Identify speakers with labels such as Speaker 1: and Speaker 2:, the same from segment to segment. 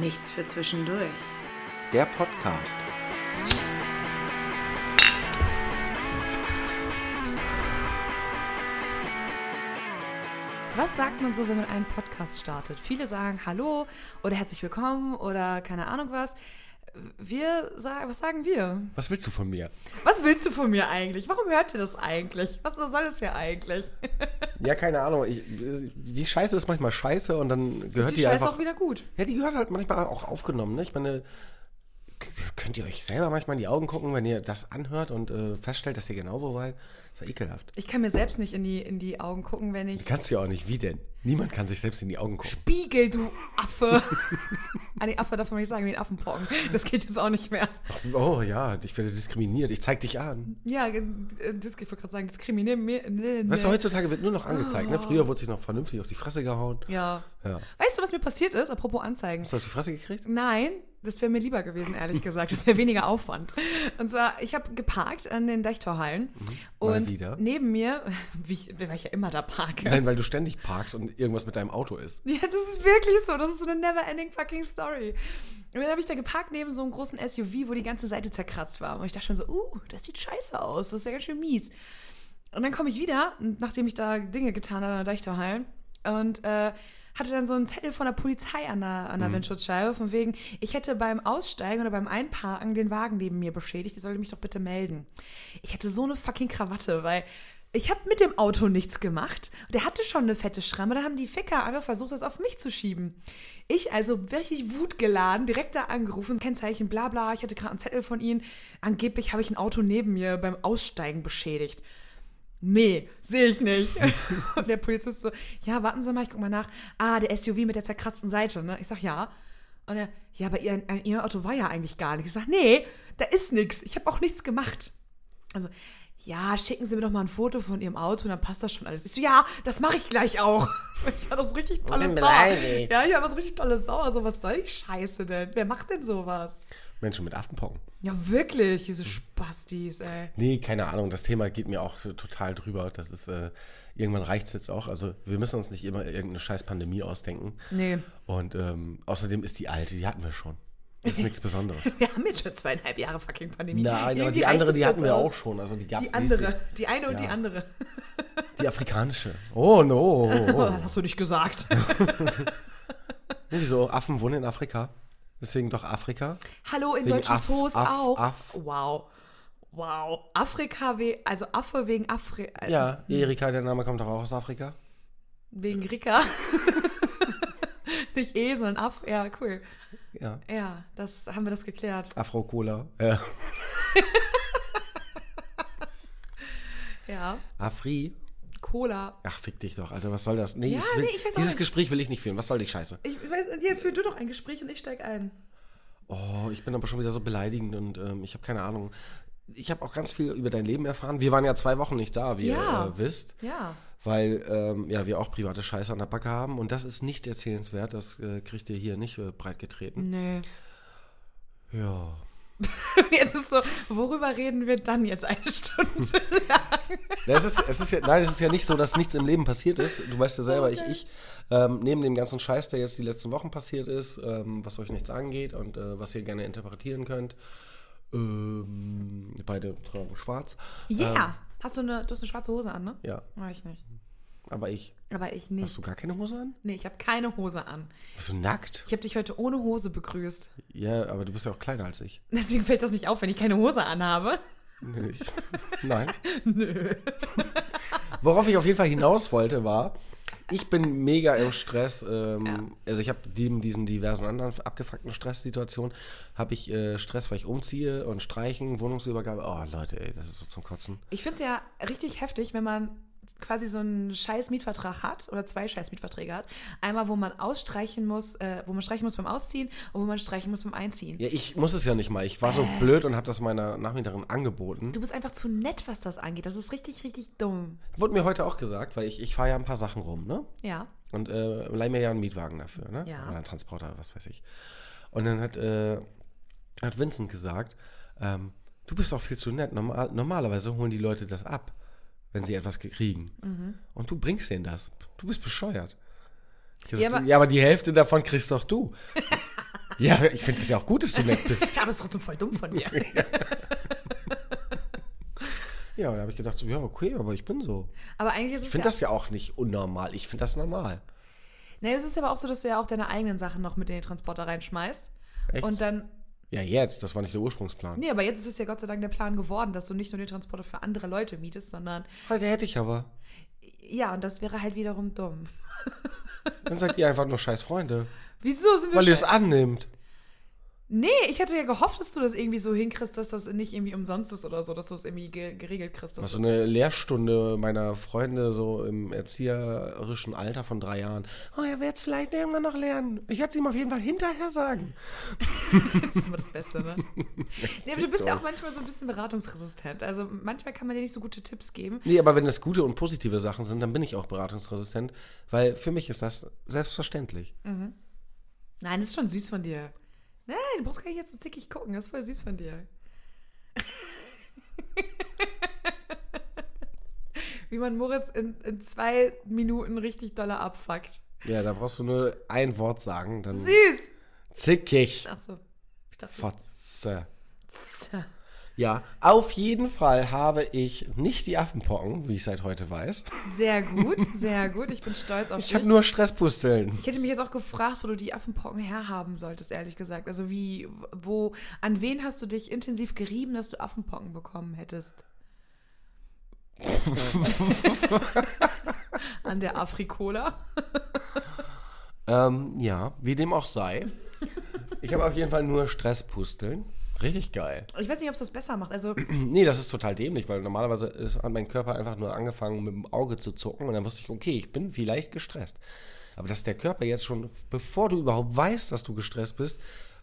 Speaker 1: Nichts für zwischendurch.
Speaker 2: Der Podcast.
Speaker 3: Was sagt man so, wenn man einen Podcast startet? Viele sagen Hallo oder herzlich willkommen oder keine Ahnung was. Wir sagen, was sagen wir?
Speaker 4: Was willst du von mir?
Speaker 3: Was willst du von mir eigentlich? Warum hört ihr das eigentlich? Was soll das hier eigentlich?
Speaker 4: Ja, keine Ahnung. Ich, die Scheiße ist manchmal scheiße und dann gehört
Speaker 3: Die
Speaker 4: die
Speaker 3: Scheiße
Speaker 4: einfach.
Speaker 3: auch wieder gut.
Speaker 4: ja, die gehört halt manchmal auch aufgenommen. Ne? Ich meine, k- könnt ihr euch selber manchmal in die Augen gucken, wenn ihr das anhört und äh, feststellt, dass ihr genauso seid? Ist ja ekelhaft.
Speaker 3: Ich kann mir selbst nicht in die, in die Augen gucken, wenn ich.
Speaker 4: Kannst du ja auch nicht. Wie denn? Niemand kann sich selbst in die Augen gucken.
Speaker 3: Spiegel, du Affe! An den Affe darf man nicht sagen, den Affenpocken. Das geht jetzt auch nicht mehr.
Speaker 4: Oh ja, ich werde diskriminiert. Ich zeig dich an.
Speaker 3: Ja, äh, das, ich wollte gerade sagen, diskriminieren mir. Nee,
Speaker 4: Weißt du,
Speaker 3: nee.
Speaker 4: heutzutage wird nur noch angezeigt. Ne? Früher wurde sich noch vernünftig auf die Fresse gehauen.
Speaker 3: Ja.
Speaker 4: Ja.
Speaker 3: Weißt du, was mir passiert ist? Apropos Anzeigen.
Speaker 4: Hast du auf die Fresse gekriegt?
Speaker 3: Nein, das wäre mir lieber gewesen, ehrlich gesagt. Das wäre weniger Aufwand. Und zwar, ich habe geparkt an den Deichtorhallen
Speaker 4: Mhm. mal
Speaker 3: und
Speaker 4: wieder.
Speaker 3: neben mir, wie ich, weil ich ja immer da parke.
Speaker 4: Nein, weil du ständig parkst und irgendwas mit deinem Auto ist.
Speaker 3: Ja, das ist wirklich so. Das ist so eine never-ending fucking Story. Und dann habe ich da geparkt neben so einem großen SUV, wo die ganze Seite zerkratzt war. Und ich dachte schon so, uh, das sieht scheiße aus. Das ist ja ganz schön mies. Und dann komme ich wieder, nachdem ich da Dinge getan habe an der Deichtorhallen und äh, hatte dann so einen Zettel von der Polizei an der, an der Windschutzscheibe, von wegen, ich hätte beim Aussteigen oder beim Einparken den Wagen neben mir beschädigt, ihr solltet mich doch bitte melden. Ich hatte so eine fucking Krawatte, weil ich habe mit dem Auto nichts gemacht. Der hatte schon eine fette Schramme, dann haben die Ficker einfach versucht, das auf mich zu schieben. Ich also richtig wutgeladen, direkt da angerufen, Kennzeichen, bla bla, ich hatte gerade einen Zettel von ihnen. Angeblich habe ich ein Auto neben mir beim Aussteigen beschädigt. Nee, sehe ich nicht. Und der Polizist so, ja, warten Sie mal, ich guck mal nach. Ah, der SUV mit der zerkratzten Seite, ne? Ich sag, ja. Und er, ja, aber ihr, an ihr Auto war ja eigentlich gar nichts. Ich sag, nee, da ist nichts. Ich habe auch nichts gemacht. Also, ja, schicken Sie mir doch mal ein Foto von Ihrem Auto und dann passt das schon alles. Ich so, ja, das mache ich gleich auch. Ich war das richtig tolles
Speaker 4: bin
Speaker 3: Sauer.
Speaker 4: beleidigt.
Speaker 3: Ja, ich war das richtig tolles Sauer. So, was soll die Scheiße denn? Wer macht denn sowas?
Speaker 4: Menschen mit Affenpocken.
Speaker 3: Ja, wirklich, diese Spastis, ey.
Speaker 4: Nee, keine Ahnung. Das Thema geht mir auch so total drüber. Das ist, äh, irgendwann reicht es jetzt auch. Also wir müssen uns nicht immer irgendeine scheiß Pandemie ausdenken.
Speaker 3: Nee.
Speaker 4: Und ähm, außerdem ist die alte, die hatten wir schon. Das ist nichts Besonderes.
Speaker 3: Wir haben jetzt schon zweieinhalb Jahre fucking Pandemie.
Speaker 4: Nein, aber
Speaker 3: Irgendwie
Speaker 4: die
Speaker 3: reicht
Speaker 4: andere,
Speaker 3: es
Speaker 4: die
Speaker 3: jetzt
Speaker 4: hatten wir
Speaker 3: aus.
Speaker 4: auch schon. Also die gab's
Speaker 3: Die
Speaker 4: siehst du.
Speaker 3: andere, die eine und die
Speaker 4: Ja.
Speaker 3: andere.
Speaker 4: Die afrikanische. Oh no.
Speaker 3: Oh,
Speaker 4: Oh,
Speaker 3: das hast du nicht gesagt.
Speaker 4: Nicht so, Affen wohnen in Afrika. Deswegen doch Afrika.
Speaker 3: Hallo, in
Speaker 4: Wegen
Speaker 3: deutsches
Speaker 4: Aff,
Speaker 3: Host
Speaker 4: Aff,
Speaker 3: auch.
Speaker 4: Aff.
Speaker 3: Wow. Wow. Afrika, we also Affe wegen äh, Afrika.
Speaker 4: Ja, Erika, der Name kommt doch auch aus Afrika.
Speaker 3: Wegen Rika. nicht E, sondern Aff. Ja, cool.
Speaker 4: Ja.
Speaker 3: Ja, das haben wir das geklärt.
Speaker 4: Afro-Cola. Äh,
Speaker 3: Ja.
Speaker 4: Afri.
Speaker 3: Cola.
Speaker 4: Ach, fick dich doch, Alter, was soll das? Nee,
Speaker 3: Ja,
Speaker 4: ich will,
Speaker 3: nee, ich weiß auch
Speaker 4: dieses
Speaker 3: nicht.
Speaker 4: Gespräch will ich nicht führen. Was soll die Scheiße?
Speaker 3: Ich weiß, hier führ du doch ein Gespräch und ich steig ein.
Speaker 4: Oh, ich bin aber schon wieder so beleidigend und ähm, ich habe keine Ahnung. Ich habe auch ganz viel über dein Leben erfahren. Wir waren ja zwei Wochen nicht da, wie
Speaker 3: Ja.
Speaker 4: ihr äh, wisst,
Speaker 3: Ja.
Speaker 4: weil ähm, ja, wir auch private Scheiße an der Backe haben und das ist nicht erzählenswert. Das äh, kriegt ihr hier nicht äh, breitgetreten.
Speaker 3: Nee.
Speaker 4: Ja.
Speaker 3: Jetzt ist so, worüber reden wir dann jetzt eine Stunde?
Speaker 4: Na, Es ist, es ist ja, nein, es ist ja nicht so, dass nichts im Leben passiert ist. Du weißt ja selber, ich, ich ähm, neben dem ganzen Scheiß, der jetzt die letzten Wochen passiert ist, ähm, was euch nichts angeht und äh, was ihr gerne interpretieren könnt, ähm, beide tragen schwarz.
Speaker 3: Ja. Hast du eine, du hast eine schwarze Hose an, ne?
Speaker 4: Ja,
Speaker 3: Weiß ich
Speaker 4: Mhm.
Speaker 3: nicht.
Speaker 4: aber ich.
Speaker 3: Aber ich
Speaker 4: Hast
Speaker 3: nicht.
Speaker 4: du gar keine Hose an?
Speaker 3: Nee, ich habe keine Hose an.
Speaker 4: Bist du nackt?
Speaker 3: Ich habe dich heute ohne Hose begrüßt.
Speaker 4: Ja, aber du bist ja auch kleiner als ich.
Speaker 3: Deswegen fällt das nicht auf, wenn ich keine Hose anhabe.
Speaker 4: Nee, ich nein.
Speaker 3: Nö.
Speaker 4: Worauf ich auf jeden Fall hinaus wollte, war, ich bin mega im Stress. Ähm, Also ich habe neben diesen diversen anderen abgefuckten Stresssituationen, habe ich äh, Stress, weil ich umziehe und streichen, Wohnungsübergabe. Oh Leute, ey, das ist so zum Kotzen.
Speaker 3: Ich finde es ja richtig heftig, wenn man quasi so einen scheiß Mietvertrag hat oder zwei scheiß Mietverträge hat. Einmal, wo man ausstreichen muss, äh, wo man streichen muss beim Ausziehen und wo man streichen muss beim Einziehen.
Speaker 4: Ja, ich muss es ja nicht mal. Ich war so blöd und habe das meiner Nachmieterin angeboten.
Speaker 3: Du bist einfach zu nett, was das angeht. Das ist richtig, richtig dumm.
Speaker 4: Wurde mir heute auch gesagt, weil ich, ich fahre ja ein paar Sachen rum, ne?
Speaker 3: Ja.
Speaker 4: Und äh, leih mir ja einen Mietwagen dafür, ne?
Speaker 3: Ja.
Speaker 4: Oder einen Transporter, was weiß ich. Und dann hat, äh, hat Vincent gesagt, ähm, du bist auch viel zu nett. Normal, normalerweise holen die Leute das ab, wenn sie etwas kriegen.
Speaker 3: Mhm.
Speaker 4: Und du bringst denen das. Du bist bescheuert. Ich gesagt, ja,
Speaker 3: aber-
Speaker 4: aber, die Hälfte davon kriegst doch du. Ja, ich finde das ja auch gut, dass du nett bist.
Speaker 3: Aber es ist trotzdem voll dumm von mir.
Speaker 4: Ja, und da habe ich gedacht, so, ja, okay, aber ich bin so.
Speaker 3: Aber eigentlich ist es
Speaker 4: Ich finde
Speaker 3: ja,
Speaker 4: das ja auch nicht unnormal. Ich finde das normal.
Speaker 3: Nee, es ist aber auch so, dass du ja auch deine eigenen Sachen noch mit in den Transporter reinschmeißt.
Speaker 4: Echt?
Speaker 3: Und dann,
Speaker 4: Ja, jetzt, das war nicht der Ursprungsplan.
Speaker 3: nee, aber jetzt ist es ja Gott sei Dank der Plan geworden, dass du nicht nur den Transporter für andere Leute mietest, sondern
Speaker 4: Heute hätte ich aber.
Speaker 3: ja, und das wäre halt wiederum dumm.
Speaker 4: Dann seid ihr einfach nur scheiß Freunde.
Speaker 3: Wieso sind wir
Speaker 4: Weil ihr es
Speaker 3: scheiße?
Speaker 4: annimmt.
Speaker 3: Nee, ich hatte ja gehofft, dass du das irgendwie so hinkriegst, dass das nicht irgendwie umsonst ist oder so, dass du es irgendwie ge geregelt kriegst. dass
Speaker 4: Das ist so
Speaker 3: du-
Speaker 4: eine Lehrstunde meiner Freunde so im erzieherischen Alter von drei Jahren. Oh, er wird es vielleicht irgendwann noch lernen. Ich werde es ihm auf jeden Fall hinterher sagen.
Speaker 3: Das ist immer das Beste, ne? nee, aber du bist ja
Speaker 4: euch.
Speaker 3: auch manchmal so ein bisschen beratungsresistent. Also manchmal kann man dir nicht so gute Tipps geben.
Speaker 4: Nee, aber wenn das gute und positive Sachen sind, dann bin ich auch beratungsresistent, weil für mich ist das selbstverständlich.
Speaker 3: Nein, das ist schon süß von dir. Nein, du brauchst gar nicht jetzt so zickig gucken. Das ist voll süß von dir. Wie man Moritz in, in zwei Minuten richtig doller abfuckt.
Speaker 4: Ja, da brauchst du nur ein Wort sagen, dann
Speaker 3: Süß!
Speaker 4: zickig.
Speaker 3: Achso. Ich dachte,
Speaker 4: Fotze.
Speaker 3: Tja.
Speaker 4: Ja, auf jeden Fall habe ich nicht die Affenpocken, wie ich seit heute weiß.
Speaker 3: Sehr gut, sehr gut. Ich bin stolz auf
Speaker 4: Ich
Speaker 3: dich.
Speaker 4: habe nur Stresspusteln.
Speaker 3: ich hätte mich jetzt auch gefragt, wo du die Affenpocken herhaben solltest, ehrlich gesagt. Also wie, wo, an wen hast du dich intensiv gerieben, dass du Affenpocken bekommen hättest? an der Afrikola?
Speaker 4: Ähm, ja, wie dem auch sei. Ich habe auf jeden Fall nur Stresspusteln. Richtig geil.
Speaker 3: Ich weiß nicht, ob es das besser macht. Also
Speaker 4: Nee, das ist total dämlich, weil normalerweise ist, hat mein Körper einfach nur angefangen, mit dem Auge zu zucken und dann wusste ich, okay, ich bin vielleicht gestresst. Aber dass der Körper jetzt schon, bevor du überhaupt weißt, dass du gestresst bist,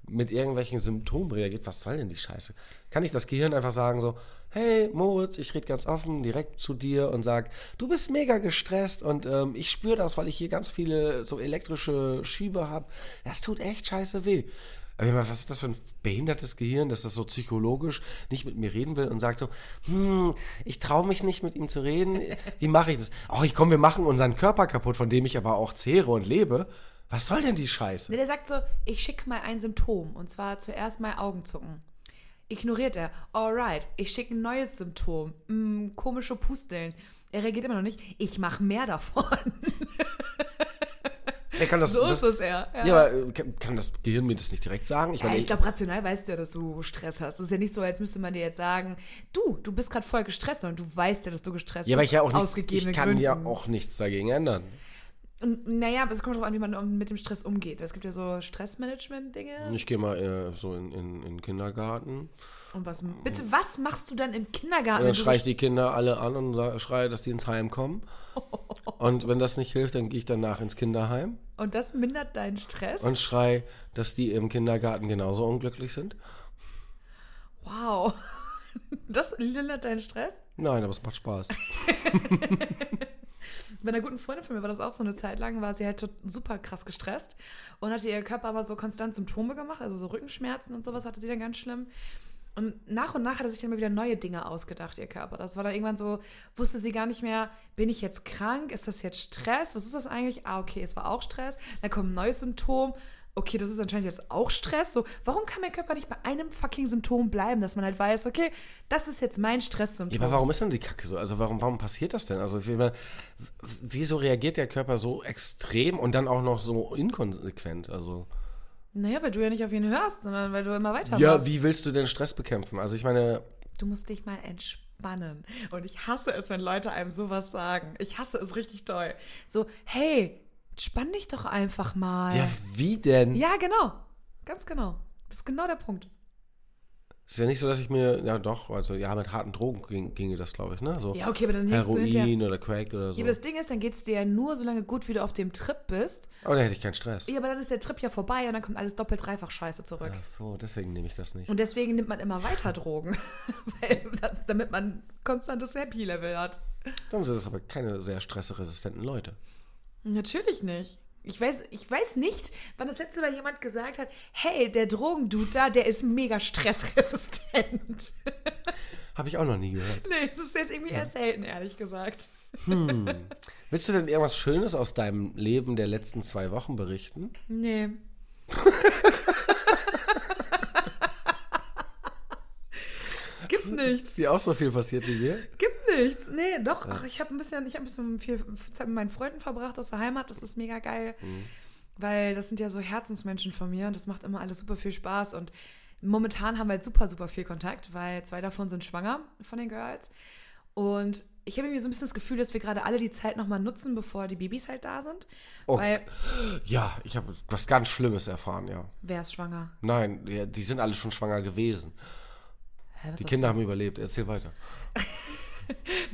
Speaker 4: mit irgendwelchen Symptomen reagiert, was soll denn die Scheiße? Kann ich das Gehirn einfach sagen so, hey Moritz, ich rede ganz offen direkt zu dir und sag, du bist mega gestresst und ähm, ich spüre das, weil ich hier ganz viele so elektrische Schübe habe. Das tut echt scheiße weh. Aber ich meine, was ist das für ein behindertes Gehirn, dass das so psychologisch nicht mit mir reden will und sagt so, hm, ich traue mich nicht mit ihm zu reden, wie mache ich das? Oh, ich komm, wir machen unseren Körper kaputt, von dem ich aber auch zehre und lebe. Was soll denn die Scheiße?
Speaker 3: Ne, der sagt so, ich schicke mal ein Symptom und zwar zuerst mal Augenzucken. Ignoriert er. Alright, ich schicke ein neues Symptom. Hm, komische Pusteln. Er reagiert immer noch nicht. Ich mache mehr davon.
Speaker 4: Er kann das,
Speaker 3: So
Speaker 4: das,
Speaker 3: ist es er.
Speaker 4: Ja, aber äh, kann, kann das Gehirn mir das nicht direkt sagen? Ich
Speaker 3: Ja,
Speaker 4: meine,
Speaker 3: ich glaube, rational weißt du ja, dass du Stress hast. Es ist ja nicht so, als müsste man dir jetzt sagen, du, du bist gerade voll gestresst und du weißt ja, dass du gestresst
Speaker 4: ja, aber
Speaker 3: bist.
Speaker 4: ich, ja auch nichts,
Speaker 3: ausgegebene
Speaker 4: ich kann
Speaker 3: Gründen.
Speaker 4: ja auch nichts dagegen ändern.
Speaker 3: Und, naja, aber es kommt darauf an, wie man um- mit dem Stress umgeht. Es gibt ja so Stressmanagement-Dinge.
Speaker 4: Ich gehe mal äh, so in, in, in den Kindergarten
Speaker 3: Und was, bitte, was machst du dann im Kindergarten?
Speaker 4: und
Speaker 3: wenn
Speaker 4: dann
Speaker 3: du
Speaker 4: schreie ich die Kinder alle an und sa- schreie, dass die ins Heim kommen. Und wenn das nicht hilft, dann gehe ich danach ins Kinderheim
Speaker 3: Und das mindert deinen Stress?
Speaker 4: und schreie, dass die im Kindergarten genauso unglücklich sind.
Speaker 3: wow. Das lindert deinen Stress?
Speaker 4: Nein, aber es macht Spaß.
Speaker 3: Bei einer guten Freundin von mir war das auch so eine Zeit lang, war sie halt tot- super krass gestresst und hatte ihr Körper aber so konstant Symptome gemacht, also so Rückenschmerzen und sowas hatte sie dann ganz schlimm. Und nach und nach hat er sich dann mal wieder neue Dinge ausgedacht, ihr Körper. Das war dann irgendwann so, wusste sie gar nicht mehr, bin ich jetzt krank? Ist das jetzt Stress? Was ist das eigentlich? Ah, okay, es war auch Stress. Dann kommt ein neues Symptom. Okay, das ist anscheinend jetzt auch Stress. So, warum kann mein Körper nicht bei einem fucking Symptom bleiben, dass man halt weiß, okay, das ist jetzt mein Stresssymptom.
Speaker 4: Ja, aber warum ist denn die Kacke so? Also warum, warum passiert das denn? Also ich meine, wieso reagiert der Körper so extrem und dann auch noch so inkonsequent? Also
Speaker 3: Naja, weil du ja nicht auf ihn hörst, sondern weil du immer weiter
Speaker 4: Ja,
Speaker 3: machst.
Speaker 4: wie willst du denn Stress bekämpfen? Also ich meine,
Speaker 3: Du musst dich mal entspannen. Und ich hasse es, wenn Leute einem sowas sagen. Ich hasse es richtig doll. So, hey, entspann dich doch einfach mal.
Speaker 4: ja, wie denn?
Speaker 3: Äh. Ja, genau. Ganz genau. Das ist genau der Punkt.
Speaker 4: Ist ja nicht so, dass ich mir, ja doch, also ja, mit harten Drogen ging, ginge das, glaube ich, ne? So
Speaker 3: Ja, okay, aber dann hängst du hinterher.
Speaker 4: Heroin oder Crack oder so.
Speaker 3: Ja, aber das Ding ist, dann geht es dir ja nur so lange gut, wie du auf dem Trip bist.
Speaker 4: Aber da hätte ich keinen Stress.
Speaker 3: Ja, aber dann ist der Trip ja vorbei und dann kommt alles doppelt, dreifach Scheiße zurück.
Speaker 4: Ach so, deswegen nehme ich das nicht.
Speaker 3: Und deswegen nimmt man immer weiter Drogen. Weil das, damit man ein konstantes Happy-Level hat.
Speaker 4: Dann sind das aber keine sehr stressresistenten Leute.
Speaker 3: Natürlich nicht. Ich weiß, ich weiß nicht, wann das letzte Mal jemand gesagt hat, hey, der Drogendude da, der ist mega stressresistent.
Speaker 4: Habe ich auch noch nie gehört.
Speaker 3: nee, das ist jetzt irgendwie eher selten, ehrlich gesagt.
Speaker 4: Willst du denn irgendwas Schönes aus deinem Leben der letzten zwei Wochen berichten?
Speaker 3: Nee. nichts.
Speaker 4: Ist dir auch so viel passiert wie mir?
Speaker 3: Gibt nichts. Nee, doch. Ach, ich habe ein bisschen, ich habe ein bisschen viel Zeit mit meinen Freunden verbracht aus der Heimat. Das ist mega geil. Weil das sind ja so Herzensmenschen von mir und das macht immer alles super viel Spaß. Und momentan haben wir halt super, super viel Kontakt, weil zwei davon sind schwanger von den Girls. Und ich habe irgendwie so ein bisschen das Gefühl, dass wir gerade alle die Zeit nochmal nutzen, bevor die Babys halt da sind.
Speaker 4: Oh.
Speaker 3: Weil,
Speaker 4: Ja, ich habe was ganz Schlimmes erfahren, ja.
Speaker 3: wer ist schwanger?
Speaker 4: Nein, ja, die sind alle schon schwanger gewesen.
Speaker 3: Hä, was
Speaker 4: Die
Speaker 3: hast
Speaker 4: Kinder haben überlebt. Erzähl weiter.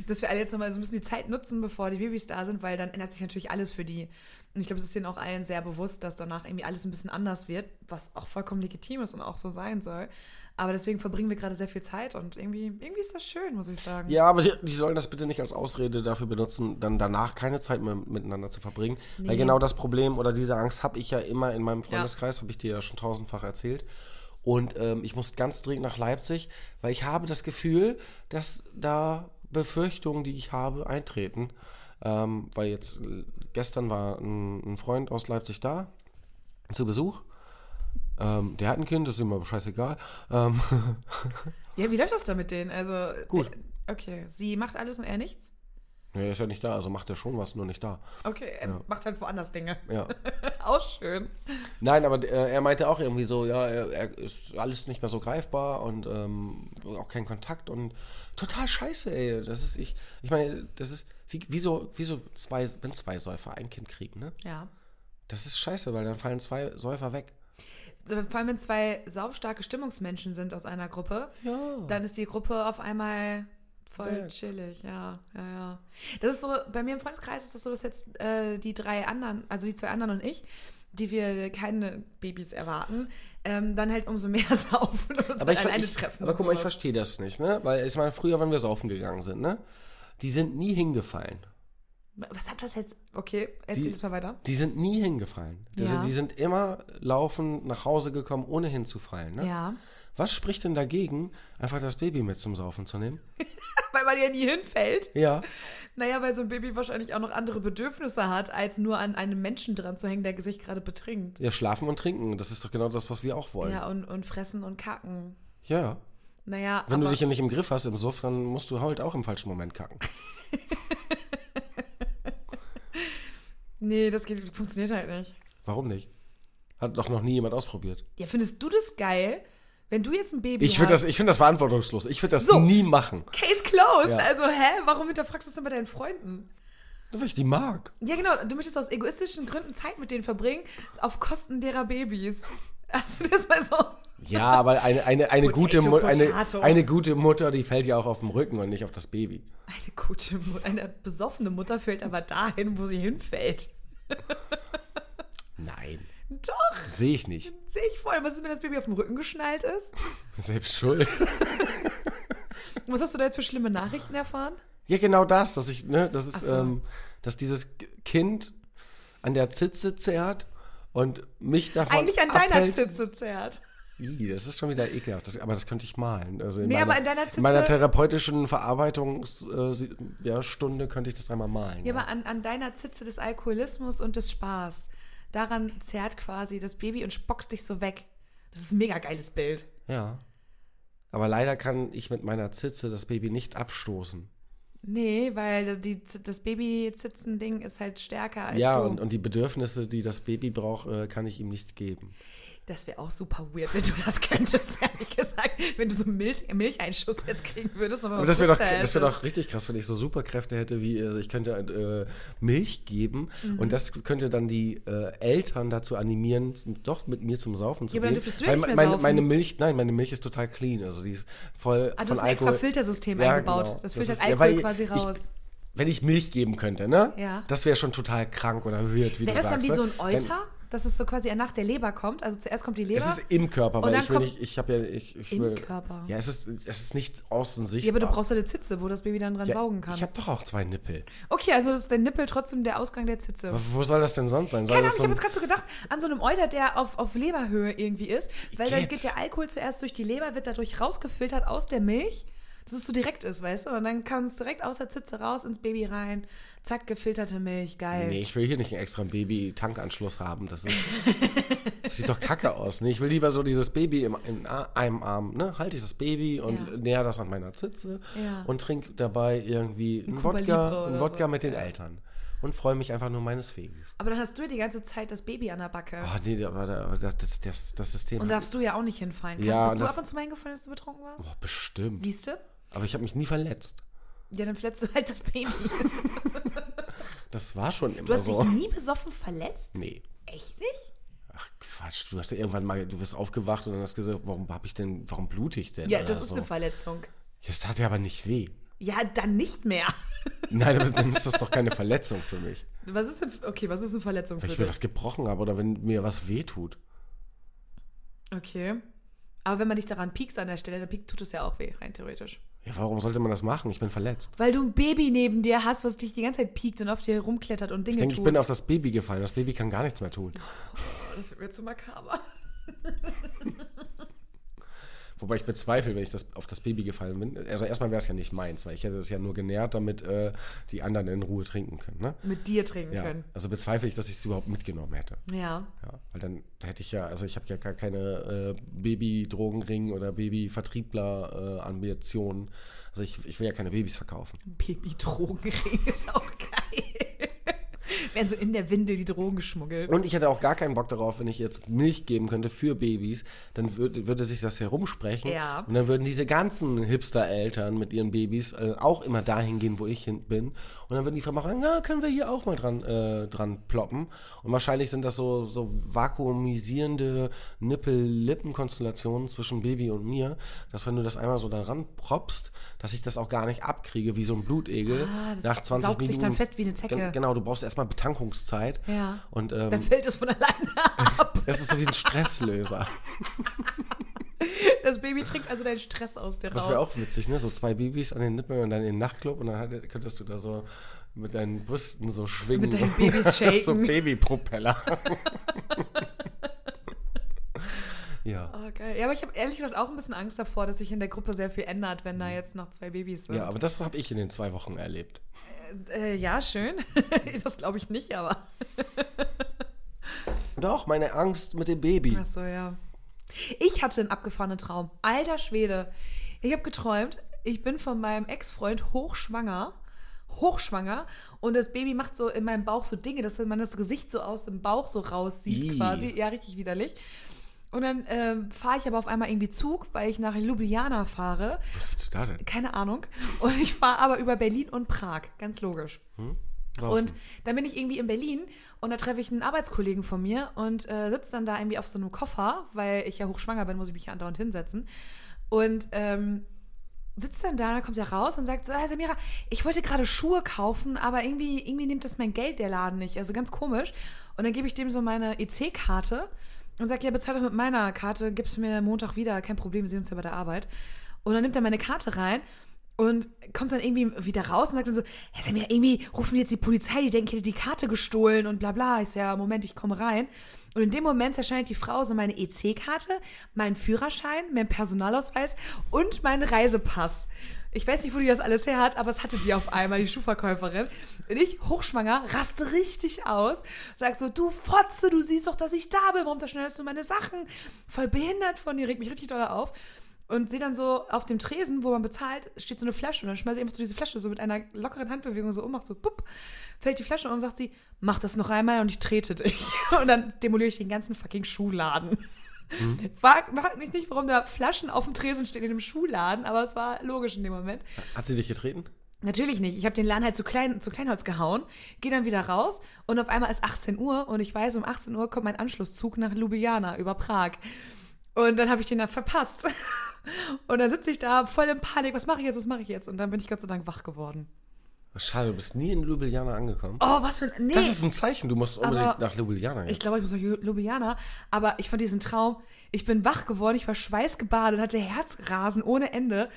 Speaker 3: dass wir alle jetzt nochmal so ein bisschen die Zeit nutzen, bevor die Babys da sind, weil dann ändert sich natürlich alles für die. Und ich glaube, es ist denen auch allen sehr bewusst, dass danach irgendwie alles ein bisschen anders wird, was auch vollkommen legitim ist und auch so sein soll. Aber deswegen verbringen wir gerade sehr viel Zeit und irgendwie, irgendwie ist das schön, muss ich sagen.
Speaker 4: Ja, aber die, die sollen das bitte nicht als Ausrede dafür benutzen, dann danach keine Zeit mehr miteinander zu verbringen. Weil genau das Problem oder diese Angst habe ich ja immer in meinem Freundeskreis, habe ich dir ja schon tausendfach erzählt. Und ähm, ich muss ganz dringend nach Leipzig, weil ich habe das Gefühl, dass da Befürchtungen, die ich habe, eintreten. Ähm, weil jetzt äh, gestern war ein, ein Freund aus Leipzig da zu Besuch. Ähm, der hat ein Kind, das ist ihm aber scheißegal. Ähm,
Speaker 3: Ja, wie läuft das da mit denen? Also,
Speaker 4: Gut.
Speaker 3: äh, okay, sie macht alles und er nichts?
Speaker 4: er ist ja nicht da, also macht er schon was, nur nicht da.
Speaker 3: Okay, er macht halt woanders Dinge.
Speaker 4: Ja.
Speaker 3: auch schön.
Speaker 4: Nein, aber äh, er meinte auch irgendwie so, ja, er, er ist alles nicht mehr so greifbar und ähm, auch kein Kontakt und total scheiße, ey. Das ist, ich, ich meine, das ist, wie, wie, so, wie so zwei, wenn zwei Säufer ein Kind kriegen, ne?
Speaker 3: Ja.
Speaker 4: Das ist scheiße, weil dann fallen zwei Säufer weg.
Speaker 3: So, Vor allem, wenn zwei saufstarke Stimmungsmenschen sind aus einer Gruppe,
Speaker 4: Ja.
Speaker 3: dann ist die Gruppe auf einmal voll
Speaker 4: Weg.
Speaker 3: chillig, ja, ja, ja. Das ist so, bei mir im Freundeskreis ist das so, dass jetzt äh, die drei anderen, also die zwei anderen und ich, die wir keine Babys erwarten, ähm, dann halt umso mehr saufen und uns
Speaker 4: aber
Speaker 3: aber
Speaker 4: ich, ver-
Speaker 3: alleine
Speaker 4: ich,
Speaker 3: treffen.
Speaker 4: aber
Speaker 3: und
Speaker 4: guck mal, ich
Speaker 3: sowas.
Speaker 4: verstehe das nicht, ne? Weil ich meine, früher, wenn wir saufen gegangen sind, ne? Die sind nie hingefallen.
Speaker 3: Was hat das jetzt? Okay, erzähl
Speaker 4: Die-
Speaker 3: es mal weiter.
Speaker 4: Die sind nie hingefallen. Die,
Speaker 3: Ja.
Speaker 4: sind, die sind immer laufend nach Hause gekommen, ohne hinzufallen, ne?
Speaker 3: Ja.
Speaker 4: Was spricht denn dagegen, einfach das Baby mit zum Saufen zu nehmen?
Speaker 3: Weil man ja nie hinfällt.
Speaker 4: Ja.
Speaker 3: Naja, weil so ein Baby wahrscheinlich auch noch andere Bedürfnisse hat, als nur an einem Menschen dran zu hängen, der sich gerade betrinkt.
Speaker 4: Ja, schlafen und trinken. Das ist doch genau das, was wir auch wollen. Ja.
Speaker 3: Ja, und, und fressen und kacken. Naja,
Speaker 4: Wenn
Speaker 3: aber
Speaker 4: du dich ja nicht im Griff hast im Suff, dann musst du halt auch im falschen Moment kacken.
Speaker 3: nee, das geht, funktioniert halt nicht.
Speaker 4: Warum nicht? Hat doch noch nie jemand ausprobiert.
Speaker 3: Ja, findest du das geil, wenn du jetzt ein Baby
Speaker 4: Ich
Speaker 3: hast?
Speaker 4: finde das, ich find das verantwortungslos. Ich würde das
Speaker 3: So.
Speaker 4: nie machen.
Speaker 3: Case closed.
Speaker 4: Ja.
Speaker 3: Also, hä? Warum hinterfragst du es denn bei deinen Freunden?
Speaker 4: Weil ich die mag.
Speaker 3: Ja, genau. Du möchtest aus egoistischen Gründen Zeit mit denen verbringen, auf Kosten derer Babys. Also, das mal so.
Speaker 4: Ja, aber eine, eine, eine,
Speaker 3: Potato,
Speaker 4: gute, Mu
Speaker 3: potato.
Speaker 4: eine, eine gute Mutter, die fällt ja auch auf dem Rücken und nicht auf das Baby.
Speaker 3: Eine gute, Mu- eine besoffene Mutter fällt aber dahin, wo sie hinfällt.
Speaker 4: Nein.
Speaker 3: Doch,
Speaker 4: Sehe ich nicht.
Speaker 3: sehe ich voll. Was ist, wenn das Baby auf dem Rücken geschnallt ist?
Speaker 4: Selbst schuld.
Speaker 3: Was hast du da jetzt für schlimme Nachrichten erfahren?
Speaker 4: Ja, genau das, dass ich, ne, das
Speaker 3: Ach
Speaker 4: ist,
Speaker 3: so.
Speaker 4: ähm, dass dieses K- Kind an der Zitze zerrt und mich davon
Speaker 3: Eigentlich an deiner
Speaker 4: abhält.
Speaker 3: Zitze zerrt.
Speaker 4: Ih, das ist schon wieder ekelhaft, das, aber das könnte ich malen. Also in
Speaker 3: Nee,
Speaker 4: meiner,
Speaker 3: aber in deiner Zitze-
Speaker 4: in meiner therapeutischen Verarbeitungsstunde äh, Sie- ja, Stunde könnte ich das einmal malen.
Speaker 3: Ja, aber an, an deiner Zitze des Alkoholismus und des Spaß. Daran zerrt quasi das Baby und spockst dich so weg. Das ist ein mega geiles Bild.
Speaker 4: ja. Aber leider kann ich mit meiner Zitze das Baby nicht abstoßen.
Speaker 3: Nee, weil die, Z- das Baby-Zitzen-Ding ist halt stärker als
Speaker 4: ja,
Speaker 3: du.
Speaker 4: und, und die Bedürfnisse, die das Baby braucht, äh, kann ich ihm nicht geben.
Speaker 3: das wäre auch super weird, wenn du das könntest, ehrlich gesagt. Wenn du so einen Milch, Milcheinschuss jetzt kriegen würdest.
Speaker 4: Aber das wäre doch, das wär doch richtig krass, wenn ich so Superkräfte hätte, wie also ich könnte äh, Milch geben
Speaker 3: Mhm.
Speaker 4: und das könnte dann die äh, Eltern dazu animieren, z- doch mit mir zum Saufen zu
Speaker 3: Ja, aber
Speaker 4: gehen.
Speaker 3: dann dürftest du ja
Speaker 4: Weil
Speaker 3: nicht mehr
Speaker 4: meine,
Speaker 3: saufen.
Speaker 4: meine Milch, nein, meine Milch ist total clean, also die ist voll
Speaker 3: Ah, du
Speaker 4: von
Speaker 3: hast ein extra
Speaker 4: Alkohol.
Speaker 3: Filtersystem
Speaker 4: Ja,
Speaker 3: eingebaut.
Speaker 4: genau.
Speaker 3: Das filtert
Speaker 4: ist- ja,
Speaker 3: Alkohol
Speaker 4: weil
Speaker 3: quasi
Speaker 4: ich-
Speaker 3: raus.
Speaker 4: Wenn ich Milch geben könnte, ne?
Speaker 3: Ja.
Speaker 4: Das wäre schon total krank oder weird, wie
Speaker 3: Wäre
Speaker 4: du
Speaker 3: das dann
Speaker 4: sagst.
Speaker 3: wie
Speaker 4: ne?
Speaker 3: so ein
Speaker 4: Wenn-
Speaker 3: Euter, dass es so quasi nach der Leber kommt? Also zuerst kommt die Leber.
Speaker 4: Es ist im Körper,
Speaker 3: Und
Speaker 4: weil
Speaker 3: dann
Speaker 4: ich will
Speaker 3: kommt-
Speaker 4: nicht, ich habe ja, ich, ich
Speaker 3: Im
Speaker 4: will,
Speaker 3: Körper.
Speaker 4: Ja, es ist, es ist nicht außen sichtbar.
Speaker 3: ja, aber du brauchst ja eine Zitze, wo das Baby dann dran
Speaker 4: Ja,
Speaker 3: saugen kann.
Speaker 4: Ich habe doch auch zwei Nippel.
Speaker 3: Okay, also ist der Nippel trotzdem der Ausgang der Zitze.
Speaker 4: Aber wo soll das denn sonst sein? Soll
Speaker 3: Keine Ahnung,
Speaker 4: das
Speaker 3: ich
Speaker 4: so ein-
Speaker 3: habe jetzt gerade so gedacht, an so einem Euter, der auf, auf Leberhöhe irgendwie ist, weil dann
Speaker 4: Geht's?
Speaker 3: geht der Alkohol zuerst durch die Leber, wird dadurch rausgefiltert aus der Milch. dass es so direkt ist, weißt du? Und dann kann es direkt aus der Zitze raus, ins Baby rein, zack, gefilterte Milch, geil.
Speaker 4: Nee, ich will hier nicht einen extra Baby-Tankanschluss haben. Das, ist, das sieht doch kacke aus. Nee, ich will lieber so dieses Baby im, in a- einem Arm, ne? Halte ich das Baby und
Speaker 3: Ja.
Speaker 4: näher das an meiner Zitze
Speaker 3: Ja.
Speaker 4: und trinke dabei irgendwie einen
Speaker 3: Cuba Libre
Speaker 4: Wodka,
Speaker 3: oder
Speaker 4: einen Wodka
Speaker 3: so.
Speaker 4: mit den Eltern. Und freue mich einfach nur meines Weges.
Speaker 3: Aber dann hast du ja die ganze Zeit das Baby an der Backe.
Speaker 4: Oh, nee, aber da- aber das, das, das, das System.
Speaker 3: Und
Speaker 4: hat-
Speaker 3: darfst du ja auch nicht hinfallen. Kann,
Speaker 4: Ja,
Speaker 3: bist du
Speaker 4: das-
Speaker 3: ab und zu mal hingefallen, dass du betrunken warst?
Speaker 4: oh, bestimmt.
Speaker 3: Siehst du?
Speaker 4: Aber ich habe mich nie verletzt.
Speaker 3: Ja, dann verletzt du halt das Baby.
Speaker 4: Das war schon immer
Speaker 3: Du hast
Speaker 4: so.
Speaker 3: dich nie besoffen verletzt?
Speaker 4: nee.
Speaker 3: Echt nicht?
Speaker 4: Ach Quatsch, du hast ja irgendwann mal, du bist aufgewacht und dann hast gesagt, warum hab ich denn, warum blute ich denn?
Speaker 3: Ja,
Speaker 4: oder
Speaker 3: das ist
Speaker 4: so.
Speaker 3: eine Verletzung.
Speaker 4: Das tat ja aber nicht weh.
Speaker 3: Ja, dann nicht mehr.
Speaker 4: Nein, aber dann ist das doch keine Verletzung für mich.
Speaker 3: Was ist denn, okay, was ist eine Verletzung
Speaker 4: Wenn
Speaker 3: für
Speaker 4: ich mir
Speaker 3: dich?
Speaker 4: was gebrochen habe oder wenn mir was weh tut.
Speaker 3: Okay. Aber wenn man dich daran piekst an der Stelle, dann piekt, tut es ja auch weh, rein theoretisch.
Speaker 4: Ja, warum sollte man das machen? Ich bin verletzt.
Speaker 3: Weil du ein Baby neben dir hast, was dich die ganze Zeit piekt und auf dir rumklettert und Dinge
Speaker 4: Ich denke, ich
Speaker 3: tut.
Speaker 4: bin auf das Baby gefallen. Das Baby kann gar nichts mehr tun.
Speaker 3: das wird mir zu makaber.
Speaker 4: Wobei ich bezweifle, wenn ich das, auf das Baby gefallen bin. Also erstmal wäre es ja nicht meins, weil ich hätte es ja nur genährt, damit äh, die anderen in Ruhe trinken können. Ne?
Speaker 3: Mit dir trinken
Speaker 4: Ja.
Speaker 3: können.
Speaker 4: Also bezweifle ich, dass ich es überhaupt mitgenommen hätte.
Speaker 3: Ja.
Speaker 4: Ja, weil dann hätte ich ja, also ich habe ja gar keine äh, Baby-Drogenring oder Baby-Vertriebler-Ambitionen. also ich, ich will ja keine Babys verkaufen.
Speaker 3: Baby-Drogenring ist auch geil. Werden so in der Windel die Drogen geschmuggelt.
Speaker 4: Und ich hätte auch gar keinen Bock darauf, wenn ich jetzt Milch geben könnte für Babys, dann würde, würde sich das herumsprechen.
Speaker 3: Ja.
Speaker 4: Und dann würden diese ganzen Hipster-Eltern mit ihren Babys äh, auch immer dahin gehen, wo ich hin bin. Und dann würden die Firma sagen, ja, können wir hier auch mal dran, äh, dran ploppen. Und wahrscheinlich sind das so, so vakuumisierende Nippel-Lippen-Konstellationen zwischen Baby und mir, dass wenn du das einmal so daran proppst, dass ich das auch gar nicht abkriege, wie so ein Blutegel.
Speaker 3: Ah, das saugt sich dann fest wie eine Zecke.
Speaker 4: Gen- Genau, du brauchst erstmal Betankungszeit.
Speaker 3: Ja.
Speaker 4: Und, ähm,
Speaker 3: Dann fällt es von alleine ab.
Speaker 4: das ist so wie ein Stresslöser.
Speaker 3: Das Baby trinkt also deinen Stress aus dir
Speaker 4: Das
Speaker 3: raus.
Speaker 4: wäre auch witzig, ne? So zwei Babys an den Nippeln und dann in den Nachtclub und dann hat, könntest du da so mit deinen Brüsten so schwingen.
Speaker 3: Mit deinen Babys
Speaker 4: so
Speaker 3: shaken.
Speaker 4: Babypropeller. ja.
Speaker 3: Oh, geil. Ja, aber ich habe ehrlich gesagt auch ein bisschen Angst davor, dass sich in der Gruppe sehr viel ändert, wenn da jetzt noch zwei Babys sind.
Speaker 4: Mhm. Ja, aber das habe ich in den zwei Wochen erlebt.
Speaker 3: äh, ja schön. das glaube ich nicht, aber.
Speaker 4: Doch, meine Angst mit dem Baby.
Speaker 3: Ach so, ja. Ich hatte einen abgefahrenen Traum. Alter Schwede. Ich habe geträumt, ich bin von meinem Ex-Freund hochschwanger. Hochschwanger. Und das Baby macht so in meinem Bauch so Dinge, dass man das Gesicht so aus dem Bauch so raussieht
Speaker 4: Ih.
Speaker 3: quasi. Ja, richtig widerlich. Und dann ähm, fahre ich aber auf einmal irgendwie Zug, weil ich nach Ljubljana fahre.
Speaker 4: Was willst du da denn?
Speaker 3: Keine Ahnung. Und ich fahre aber über Berlin und Prag. Ganz logisch.
Speaker 4: Saufen.
Speaker 3: Und dann bin ich irgendwie in Berlin und da treffe ich einen Arbeitskollegen von mir und äh, sitze dann da irgendwie auf so einem Koffer, weil ich ja hochschwanger bin, muss ich mich ja andauernd hinsetzen. Und ähm, sitzt dann da, dann kommt er raus und sagt so, hey Samira, ich wollte gerade Schuhe kaufen, aber irgendwie, irgendwie nimmt das mein Geld der Laden nicht. Also ganz komisch. Und dann gebe ich dem so meine EC-Karte und sage, ja, bezahl doch mit meiner Karte, gib's mir Montag wieder, kein Problem, wir sehen uns ja bei der Arbeit. Und dann nimmt er meine Karte rein und kommt dann irgendwie wieder raus und sagt dann so, hey Samira, irgendwie rufen wir jetzt die Polizei, die denken, ich hätte die Karte gestohlen und bla bla. Ich so, ja, Moment, ich komme rein. Und in dem Moment zerschneidet die Frau so meine EC-Karte, meinen Führerschein, meinen Personalausweis und meinen Reisepass. Ich weiß nicht, wo die das alles her hat, aber es hatte die auf einmal, die Schuhverkäuferin. Und ich, hochschwanger, raste richtig aus, sag so, du Fotze, du siehst doch, dass ich da bin, warum zerschneidest du meine Sachen? Voll behindert von dir, regt mich richtig doll auf. Und sehe dann so auf dem Tresen, wo man bezahlt, steht so eine Flasche. Und dann schmeiße ich einfach so diese Flasche so mit einer lockeren Handbewegung so um, macht so pupp, fällt die Flasche um und sagt sie, mach das noch einmal und ich trete dich. Und dann demoliere ich den ganzen fucking Schuhladen. Frag, frag mich nicht, warum da Flaschen auf dem Tresen stehen in einem Schuhladen, aber es war logisch in dem Moment.
Speaker 4: Hat sie dich getreten?
Speaker 3: Natürlich nicht. Ich habe den Laden halt zu, klein, zu Kleinholz gehauen, gehe dann wieder raus und auf einmal ist 18 Uhr und ich weiß, um 18 Uhr kommt mein Anschlusszug nach Ljubljana über Prag. Und dann habe ich den dann verpasst. Und dann sitze ich da voll in Panik. Was mache ich jetzt? Was mache ich jetzt? Und dann bin ich Gott sei Dank wach geworden.
Speaker 4: Schade, du bist nie in Ljubljana angekommen.
Speaker 3: Oh, was für ein. Nee.
Speaker 4: Das ist ein Zeichen, du musst unbedingt
Speaker 3: Aber-
Speaker 4: nach Ljubljana jetzt.
Speaker 3: Ich glaube, ich muss nach Ju- Ljubljana. Aber ich fand diesen Traum. Ich bin wach geworden, ich war schweißgebadet und hatte Herzrasen ohne Ende.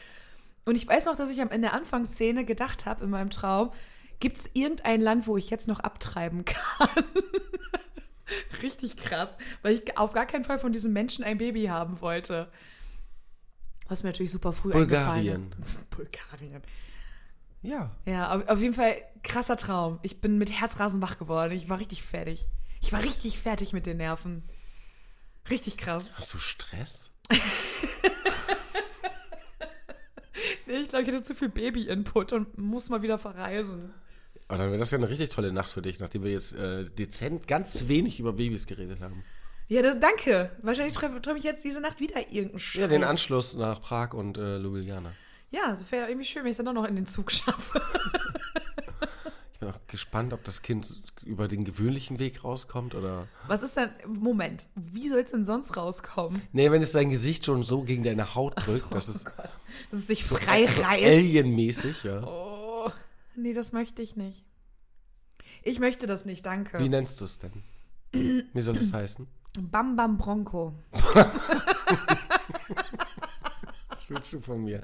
Speaker 3: Und ich weiß noch, dass ich am- in der Anfangsszene gedacht habe, in meinem Traum, gibt es irgendein Land, wo ich jetzt noch abtreiben kann? Richtig krass, weil ich auf gar keinen Fall von diesem Menschen ein Baby haben wollte. was mir natürlich super früh
Speaker 4: Bulgarien.
Speaker 3: eingefallen ist. Bulgarien.
Speaker 4: Ja.
Speaker 3: Ja, auf, auf jeden Fall krasser Traum. Ich bin mit Herzrasen wach geworden. Ich war richtig fertig. Ich war richtig fertig mit den Nerven. Richtig krass.
Speaker 4: Hast du Stress?
Speaker 3: Nee, Ich glaube, ich hatte zu viel Baby-Input und muss mal wieder verreisen.
Speaker 4: Aber dann wäre das ja eine richtig tolle Nacht für dich, nachdem wir jetzt äh, dezent ganz wenig über Babys geredet haben.
Speaker 3: Ja, da, danke. Wahrscheinlich treffe träum ich jetzt diese Nacht wieder irgendeinen Scheiß.
Speaker 4: Ja, den Anschluss nach Prag und äh, Ljubljana.
Speaker 3: Ja, das wäre irgendwie schön, wenn ich dann doch noch in den Zug schaffe.
Speaker 4: Ich bin auch gespannt, ob das Kind über den gewöhnlichen Weg rauskommt oder.
Speaker 3: Was ist denn, Moment, wie soll es denn sonst rauskommen?
Speaker 4: Nee, wenn es sein Gesicht schon so gegen deine Haut drückt,
Speaker 3: so,
Speaker 4: das ist
Speaker 3: oh Gott. Dass es sich
Speaker 4: so, also,
Speaker 3: frei
Speaker 4: so
Speaker 3: reißt.
Speaker 4: alienmäßig, ja.
Speaker 3: Oh, nee, das möchte ich nicht. Ich möchte das nicht, danke.
Speaker 4: Wie nennst du es denn? Wie soll es heißen?
Speaker 3: Bam Bam Bronco.
Speaker 4: Was willst du von mir?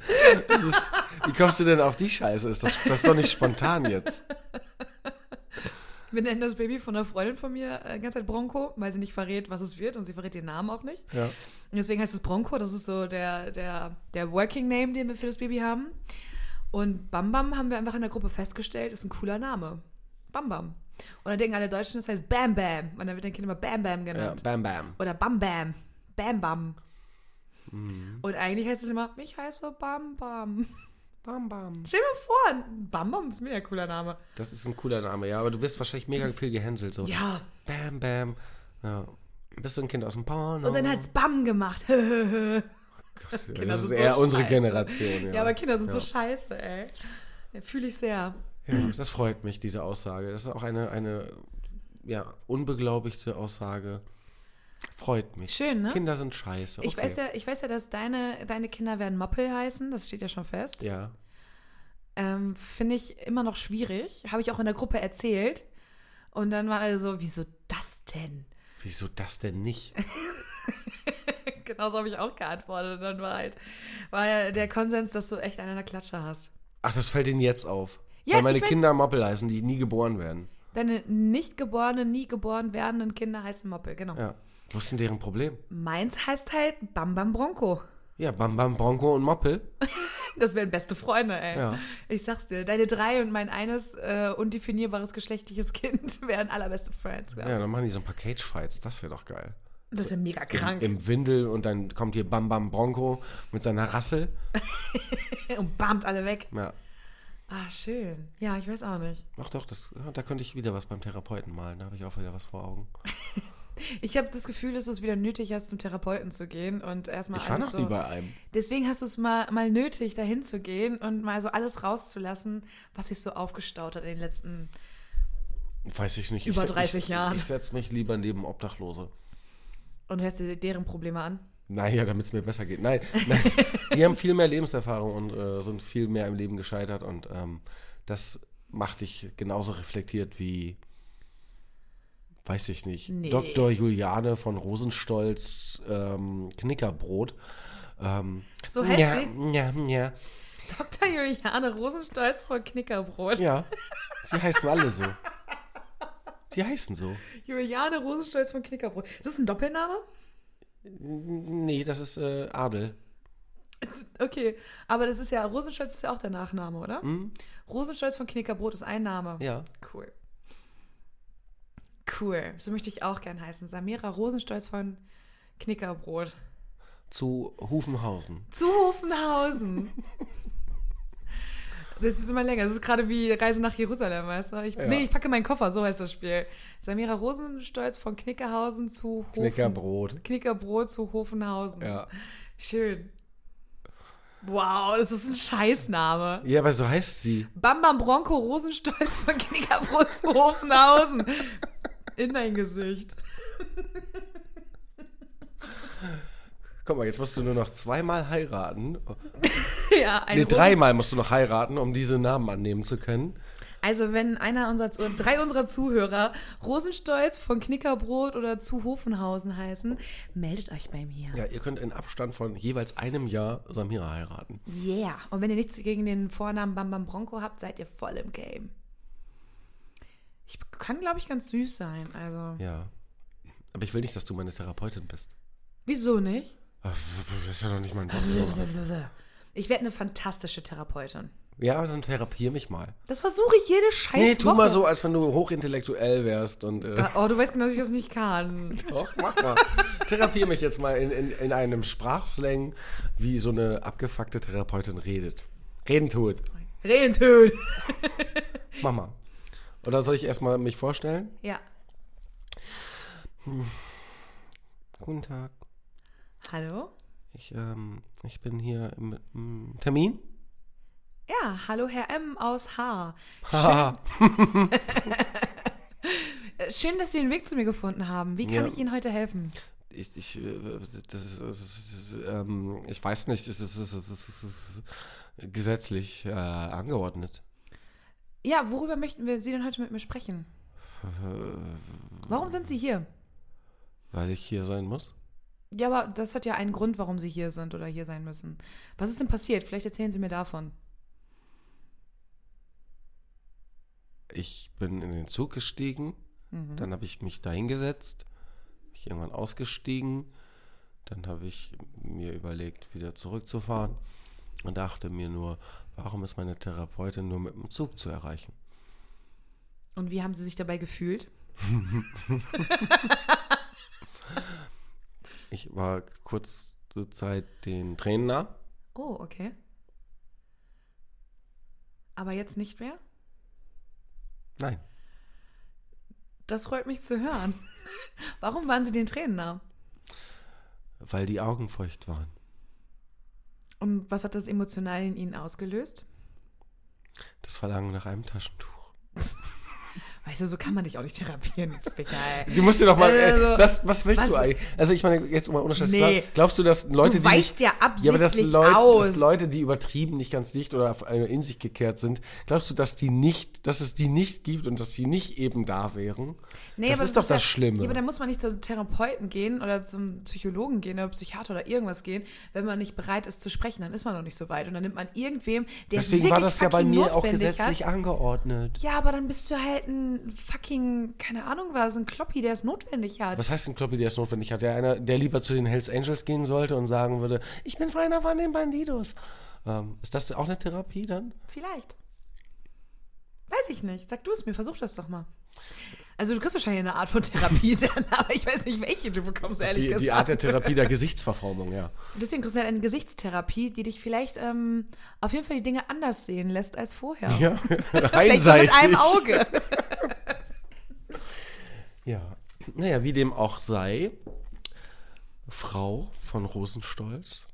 Speaker 4: Das ist, wie kommst du denn auf die Scheiße? Ist das, das ist doch nicht spontan jetzt.
Speaker 3: Wir nennen das Baby von einer Freundin von mir äh, die ganze Zeit Bronco, weil sie nicht verrät, was es wird und sie verrät den Namen auch nicht.
Speaker 4: Ja.
Speaker 3: Und deswegen heißt es Bronco, das ist so der, der, der Working Name, den wir für das Baby haben. Und Bam Bam haben wir einfach in der Gruppe festgestellt, ist ein cooler Name. Bam Bam. Und dann denken alle Deutschen, das heißt Bam Bam. Und dann wird dein Kind immer Bam Bam
Speaker 4: ja.
Speaker 3: genannt.
Speaker 4: Bam, bam.
Speaker 3: Oder Bam Bam. Bam Bam. Und eigentlich heißt es immer, ich heiße Bam Bam.
Speaker 4: Bam, bam.
Speaker 3: Stell dir mal vor, Bam Bam ist ein mega cooler Name.
Speaker 4: Das ist ein cooler Name, ja, aber du wirst wahrscheinlich mega viel gehänselt. So.
Speaker 3: Ja.
Speaker 4: Bam, bam. Ja. Bist du ein Kind aus dem Porno?
Speaker 3: Und dann hat's Bam gemacht.
Speaker 4: Gott, ja,
Speaker 3: Kinder
Speaker 4: das ist
Speaker 3: sind so
Speaker 4: eher unsere
Speaker 3: scheiße.
Speaker 4: Generation. Ja,
Speaker 3: Ja, aber Kinder sind
Speaker 4: ja.
Speaker 3: so scheiße, ey. Ja, Fühle ich sehr.
Speaker 4: Ja, das freut mich, diese Aussage. Das ist auch eine, eine ja, unbeglaubigte Aussage. Freut mich.
Speaker 3: Schön, ne?
Speaker 4: Kinder sind scheiße. Okay.
Speaker 3: Ich, weiß ja, ich weiß ja, dass deine, deine Kinder werden Moppel heißen, das steht ja schon fest.
Speaker 4: Ja.
Speaker 3: Ähm, Finde ich immer noch schwierig. Habe ich auch in der Gruppe erzählt. Und dann waren alle so, wieso das denn?
Speaker 4: Wieso das denn nicht?
Speaker 3: genau so habe ich auch geantwortet. Und dann war halt war ja der Konsens, dass du echt einen an der Klatsche hast.
Speaker 4: Ach, das fällt ihnen jetzt auf.
Speaker 3: Ja,
Speaker 4: Weil meine
Speaker 3: ich mein-
Speaker 4: Kinder Moppel heißen, die nie geboren werden.
Speaker 3: Deine nicht geborenen, nie geboren werdenden Kinder heißen Moppel, genau.
Speaker 4: Ja. Wo ist denn deren Problem?
Speaker 3: Meins heißt halt Bam Bam Bronco.
Speaker 4: Ja, Bam Bam Bronco und Moppel.
Speaker 3: Das wären beste Freunde, ey.
Speaker 4: Ja.
Speaker 3: Ich sag's dir, deine drei und mein eines äh, undefinierbares geschlechtliches Kind wären allerbeste Friends, glaub
Speaker 4: Ja.
Speaker 3: ich.
Speaker 4: dann machen die so ein paar Cage-Fights. Das wäre doch geil.
Speaker 3: Das wäre mega krank.
Speaker 4: Im, Im Windel und dann kommt hier Bam Bam Bronco mit seiner Rassel.
Speaker 3: und bammt alle weg.
Speaker 4: Ja.
Speaker 3: Ah, schön. Ja, ich weiß auch nicht.
Speaker 4: Ach doch, das, ja, da könnte ich wieder was beim Therapeuten malen. Da habe ich auch wieder was vor Augen.
Speaker 3: Ich habe das Gefühl, dass du es wieder nötig hast, zum Therapeuten zu gehen und erstmal
Speaker 4: Ich war
Speaker 3: alles
Speaker 4: noch
Speaker 3: so.
Speaker 4: nie bei einem.
Speaker 3: Deswegen hast du es mal, mal nötig, dahin zu gehen und mal so alles rauszulassen, was sich so aufgestaut hat in den letzten.
Speaker 4: Weiß ich nicht.
Speaker 3: Über
Speaker 4: ich,
Speaker 3: 30
Speaker 4: ich,
Speaker 3: Jahren.
Speaker 4: Ich setze mich lieber neben Obdachlose.
Speaker 3: Und hörst dir deren Probleme an.
Speaker 4: Naja, damit es mir besser geht. Nein, nein, die haben viel mehr Lebenserfahrung und äh, sind viel mehr im Leben gescheitert und ähm, das macht dich genauso reflektiert wie, weiß ich nicht,
Speaker 3: Nee.
Speaker 4: Dr. Juliane von Rosenstolz ähm, Knickerbrot. Ähm,
Speaker 3: So heißt
Speaker 4: ja,
Speaker 3: sie?
Speaker 4: Ja, ja,
Speaker 3: Dr. Juliane Rosenstolz von Knickerbrot.
Speaker 4: ja. Sie heißen alle so. Die heißen so.
Speaker 3: Juliane Rosenstolz von Knickerbrot. Ist das ein Doppelname?
Speaker 4: Nee, das ist äh, Adel.
Speaker 3: Okay, aber das ist ja, Rosenstolz ist ja auch der Nachname, oder? Rosenstolz von Knickerbrot ist ein Name.
Speaker 4: Mhm. Ja.
Speaker 3: Cool. Cool. So möchte ich auch gern heißen. Samira Rosenstolz von Knickerbrot.
Speaker 4: Zu Hufenhausen.
Speaker 3: Zu Hofenhausen. Das ist immer länger. Das ist gerade wie Reise nach Jerusalem, weißt du? Ich,
Speaker 4: Ja.
Speaker 3: Nee, ich packe meinen Koffer, so heißt das Spiel. Samira Rosenstolz von Knickerhausen zu Hofen.
Speaker 4: Knickerbrot.
Speaker 3: Knickerbrot zu Hofenhausen.
Speaker 4: Ja.
Speaker 3: Schön. Wow, das ist ein Scheißname.
Speaker 4: Ja, aber so heißt sie.
Speaker 3: Bam Bam Bronco Rosenstolz von Knickerbrot zu Hofenhausen. In dein Gesicht.
Speaker 4: Guck mal, jetzt musst du nur noch zweimal heiraten.
Speaker 3: Ja, ein
Speaker 4: nee,
Speaker 3: Rosen-
Speaker 4: dreimal musst du noch heiraten, um diese Namen annehmen zu können.
Speaker 3: Also wenn einer unserer Zu- drei unserer Zuhörer Rosenstolz von Knickerbrot oder zu Hofenhausen heißen, meldet euch bei mir.
Speaker 4: Ja, ihr könnt in Abstand von jeweils einem Jahr Samira heiraten.
Speaker 3: Yeah. Und wenn ihr nichts gegen den Vornamen Bam Bam Bronco habt, seid ihr voll im Game. Ich kann, glaube ich, ganz süß sein. Also
Speaker 4: Ja. Aber ich will nicht, dass du meine Therapeutin bist.
Speaker 3: wieso nicht?
Speaker 4: Ah, Das ist ja doch nicht mein Beruf.
Speaker 3: Ich werde eine fantastische Therapeutin.
Speaker 4: Ja, dann therapier mich mal.
Speaker 3: Das versuche ich jede scheiß
Speaker 4: Nee, tu
Speaker 3: Woche.
Speaker 4: mal so, als wenn du hochintellektuell wärst und. Äh,
Speaker 3: Oh, du weißt genau, dass ich das nicht kann.
Speaker 4: doch, mach mal. therapier mich jetzt mal in, in, in einem Sprachslang, wie so eine abgefuckte Therapeutin redet. Reden tut.
Speaker 3: Redentöd.
Speaker 4: Mach mal. Oder soll ich erstmal mich vorstellen?
Speaker 3: Ja.
Speaker 4: Guten Tag.
Speaker 3: Hallo?
Speaker 4: Ich, ähm, ich bin hier im, im Termin.
Speaker 3: Ja, hallo Herr M aus H.
Speaker 4: Haha.
Speaker 3: Äh, Schön, dass Sie den Weg zu mir gefunden haben. Wie kann
Speaker 4: Ja.
Speaker 3: ich Ihnen heute helfen?
Speaker 4: Ich, ich, äh, das ist, das ist, das ist, ähm, ich weiß nicht, es ist, es ist, es ist, es ist gesetzlich äh, angeordnet.
Speaker 3: Ja, worüber möchten wir Sie denn heute mit mir sprechen? Warum sind Sie hier?
Speaker 4: äh, Weil ich hier sein muss?
Speaker 3: Ja, aber das hat ja einen Grund, warum Sie hier sind oder hier sein müssen. Was ist denn passiert? Vielleicht erzählen Sie mir davon.
Speaker 4: Ich bin in den Zug gestiegen,
Speaker 3: Mhm.
Speaker 4: dann habe ich mich dahingesetzt, bin ich irgendwann ausgestiegen, dann habe ich mir überlegt, wieder zurückzufahren und dachte mir nur, warum ist meine Therapeutin nur mit dem Zug zu erreichen?
Speaker 3: Und wie haben Sie sich dabei gefühlt?
Speaker 4: Ich war kurze Zeit den Tränen nah.
Speaker 3: Oh, okay. Aber jetzt nicht mehr?
Speaker 4: Nein.
Speaker 3: Das freut mich zu hören. Warum waren Sie den Tränen nah?
Speaker 4: Weil die Augen feucht waren.
Speaker 3: Und was hat das emotional in Ihnen ausgelöst?
Speaker 4: Das Verlangen nach einem Taschentuch.
Speaker 3: Weißt du, so kann man dich auch nicht therapieren. Ficker, ey.
Speaker 4: Du musst dir doch mal.
Speaker 3: Äh,
Speaker 4: Äh,
Speaker 3: so-
Speaker 4: das, was willst
Speaker 3: was-
Speaker 4: du eigentlich? Also, ich meine, jetzt mal ohne Scheiß.
Speaker 3: Nee.
Speaker 4: glaub- Glaubst du, dass Leute,
Speaker 3: Du
Speaker 4: die.
Speaker 3: weichst
Speaker 4: nicht,
Speaker 3: ja
Speaker 4: ja, aber dass
Speaker 3: absichtlich
Speaker 4: Leute,
Speaker 3: aus.
Speaker 4: dass Leute, die übertrieben, nicht ganz dicht oder auf- äh, in sich gekehrt sind, glaubst du, dass die nicht, dass es die nicht gibt und dass die nicht eben da wären?
Speaker 3: Nee,
Speaker 4: das
Speaker 3: aber
Speaker 4: ist doch
Speaker 3: ja-
Speaker 4: das Schlimme.
Speaker 3: Ja, aber da muss man nicht zum Therapeuten gehen oder zum Psychologen gehen oder Psychiater oder irgendwas gehen, wenn man nicht bereit ist zu sprechen, dann ist man noch nicht so weit und dann nimmt man irgendwem, der es
Speaker 4: Deswegen war
Speaker 3: wirklich
Speaker 4: das ja bei
Speaker 3: fucking
Speaker 4: mir auch
Speaker 3: notwendig
Speaker 4: gesetzlich
Speaker 3: Hat.
Speaker 4: angeordnet.
Speaker 3: Ja, aber dann bist du halt ein fucking, keine Ahnung was, ein Kloppi, der es notwendig hat.
Speaker 4: Was heißt denn Kloppy, der es notwendig hat? Der einer, der lieber zu den Hells Angels gehen sollte und sagen würde, ich bin Freiner von den Bandidos. Ähm, ist das auch eine Therapie dann?
Speaker 3: Vielleicht. Weiß ich nicht. Sag du es mir, versuch das doch mal. Also du kriegst wahrscheinlich eine Art von Therapie dann, aber ich weiß nicht, welche du bekommst, ehrlich
Speaker 4: Die,
Speaker 3: gesagt.
Speaker 4: die Art der Therapie der Gesichtsverformung, ja.
Speaker 3: Deswegen kriegst du halt eine Gesichtstherapie, die dich vielleicht ähm, auf jeden Fall die Dinge anders sehen lässt als vorher.
Speaker 4: Ja,
Speaker 3: Vielleicht nur
Speaker 4: einseitig.
Speaker 3: mit einem Auge.
Speaker 4: Ja, naja, wie dem auch sei, Frau von Rosenstolz.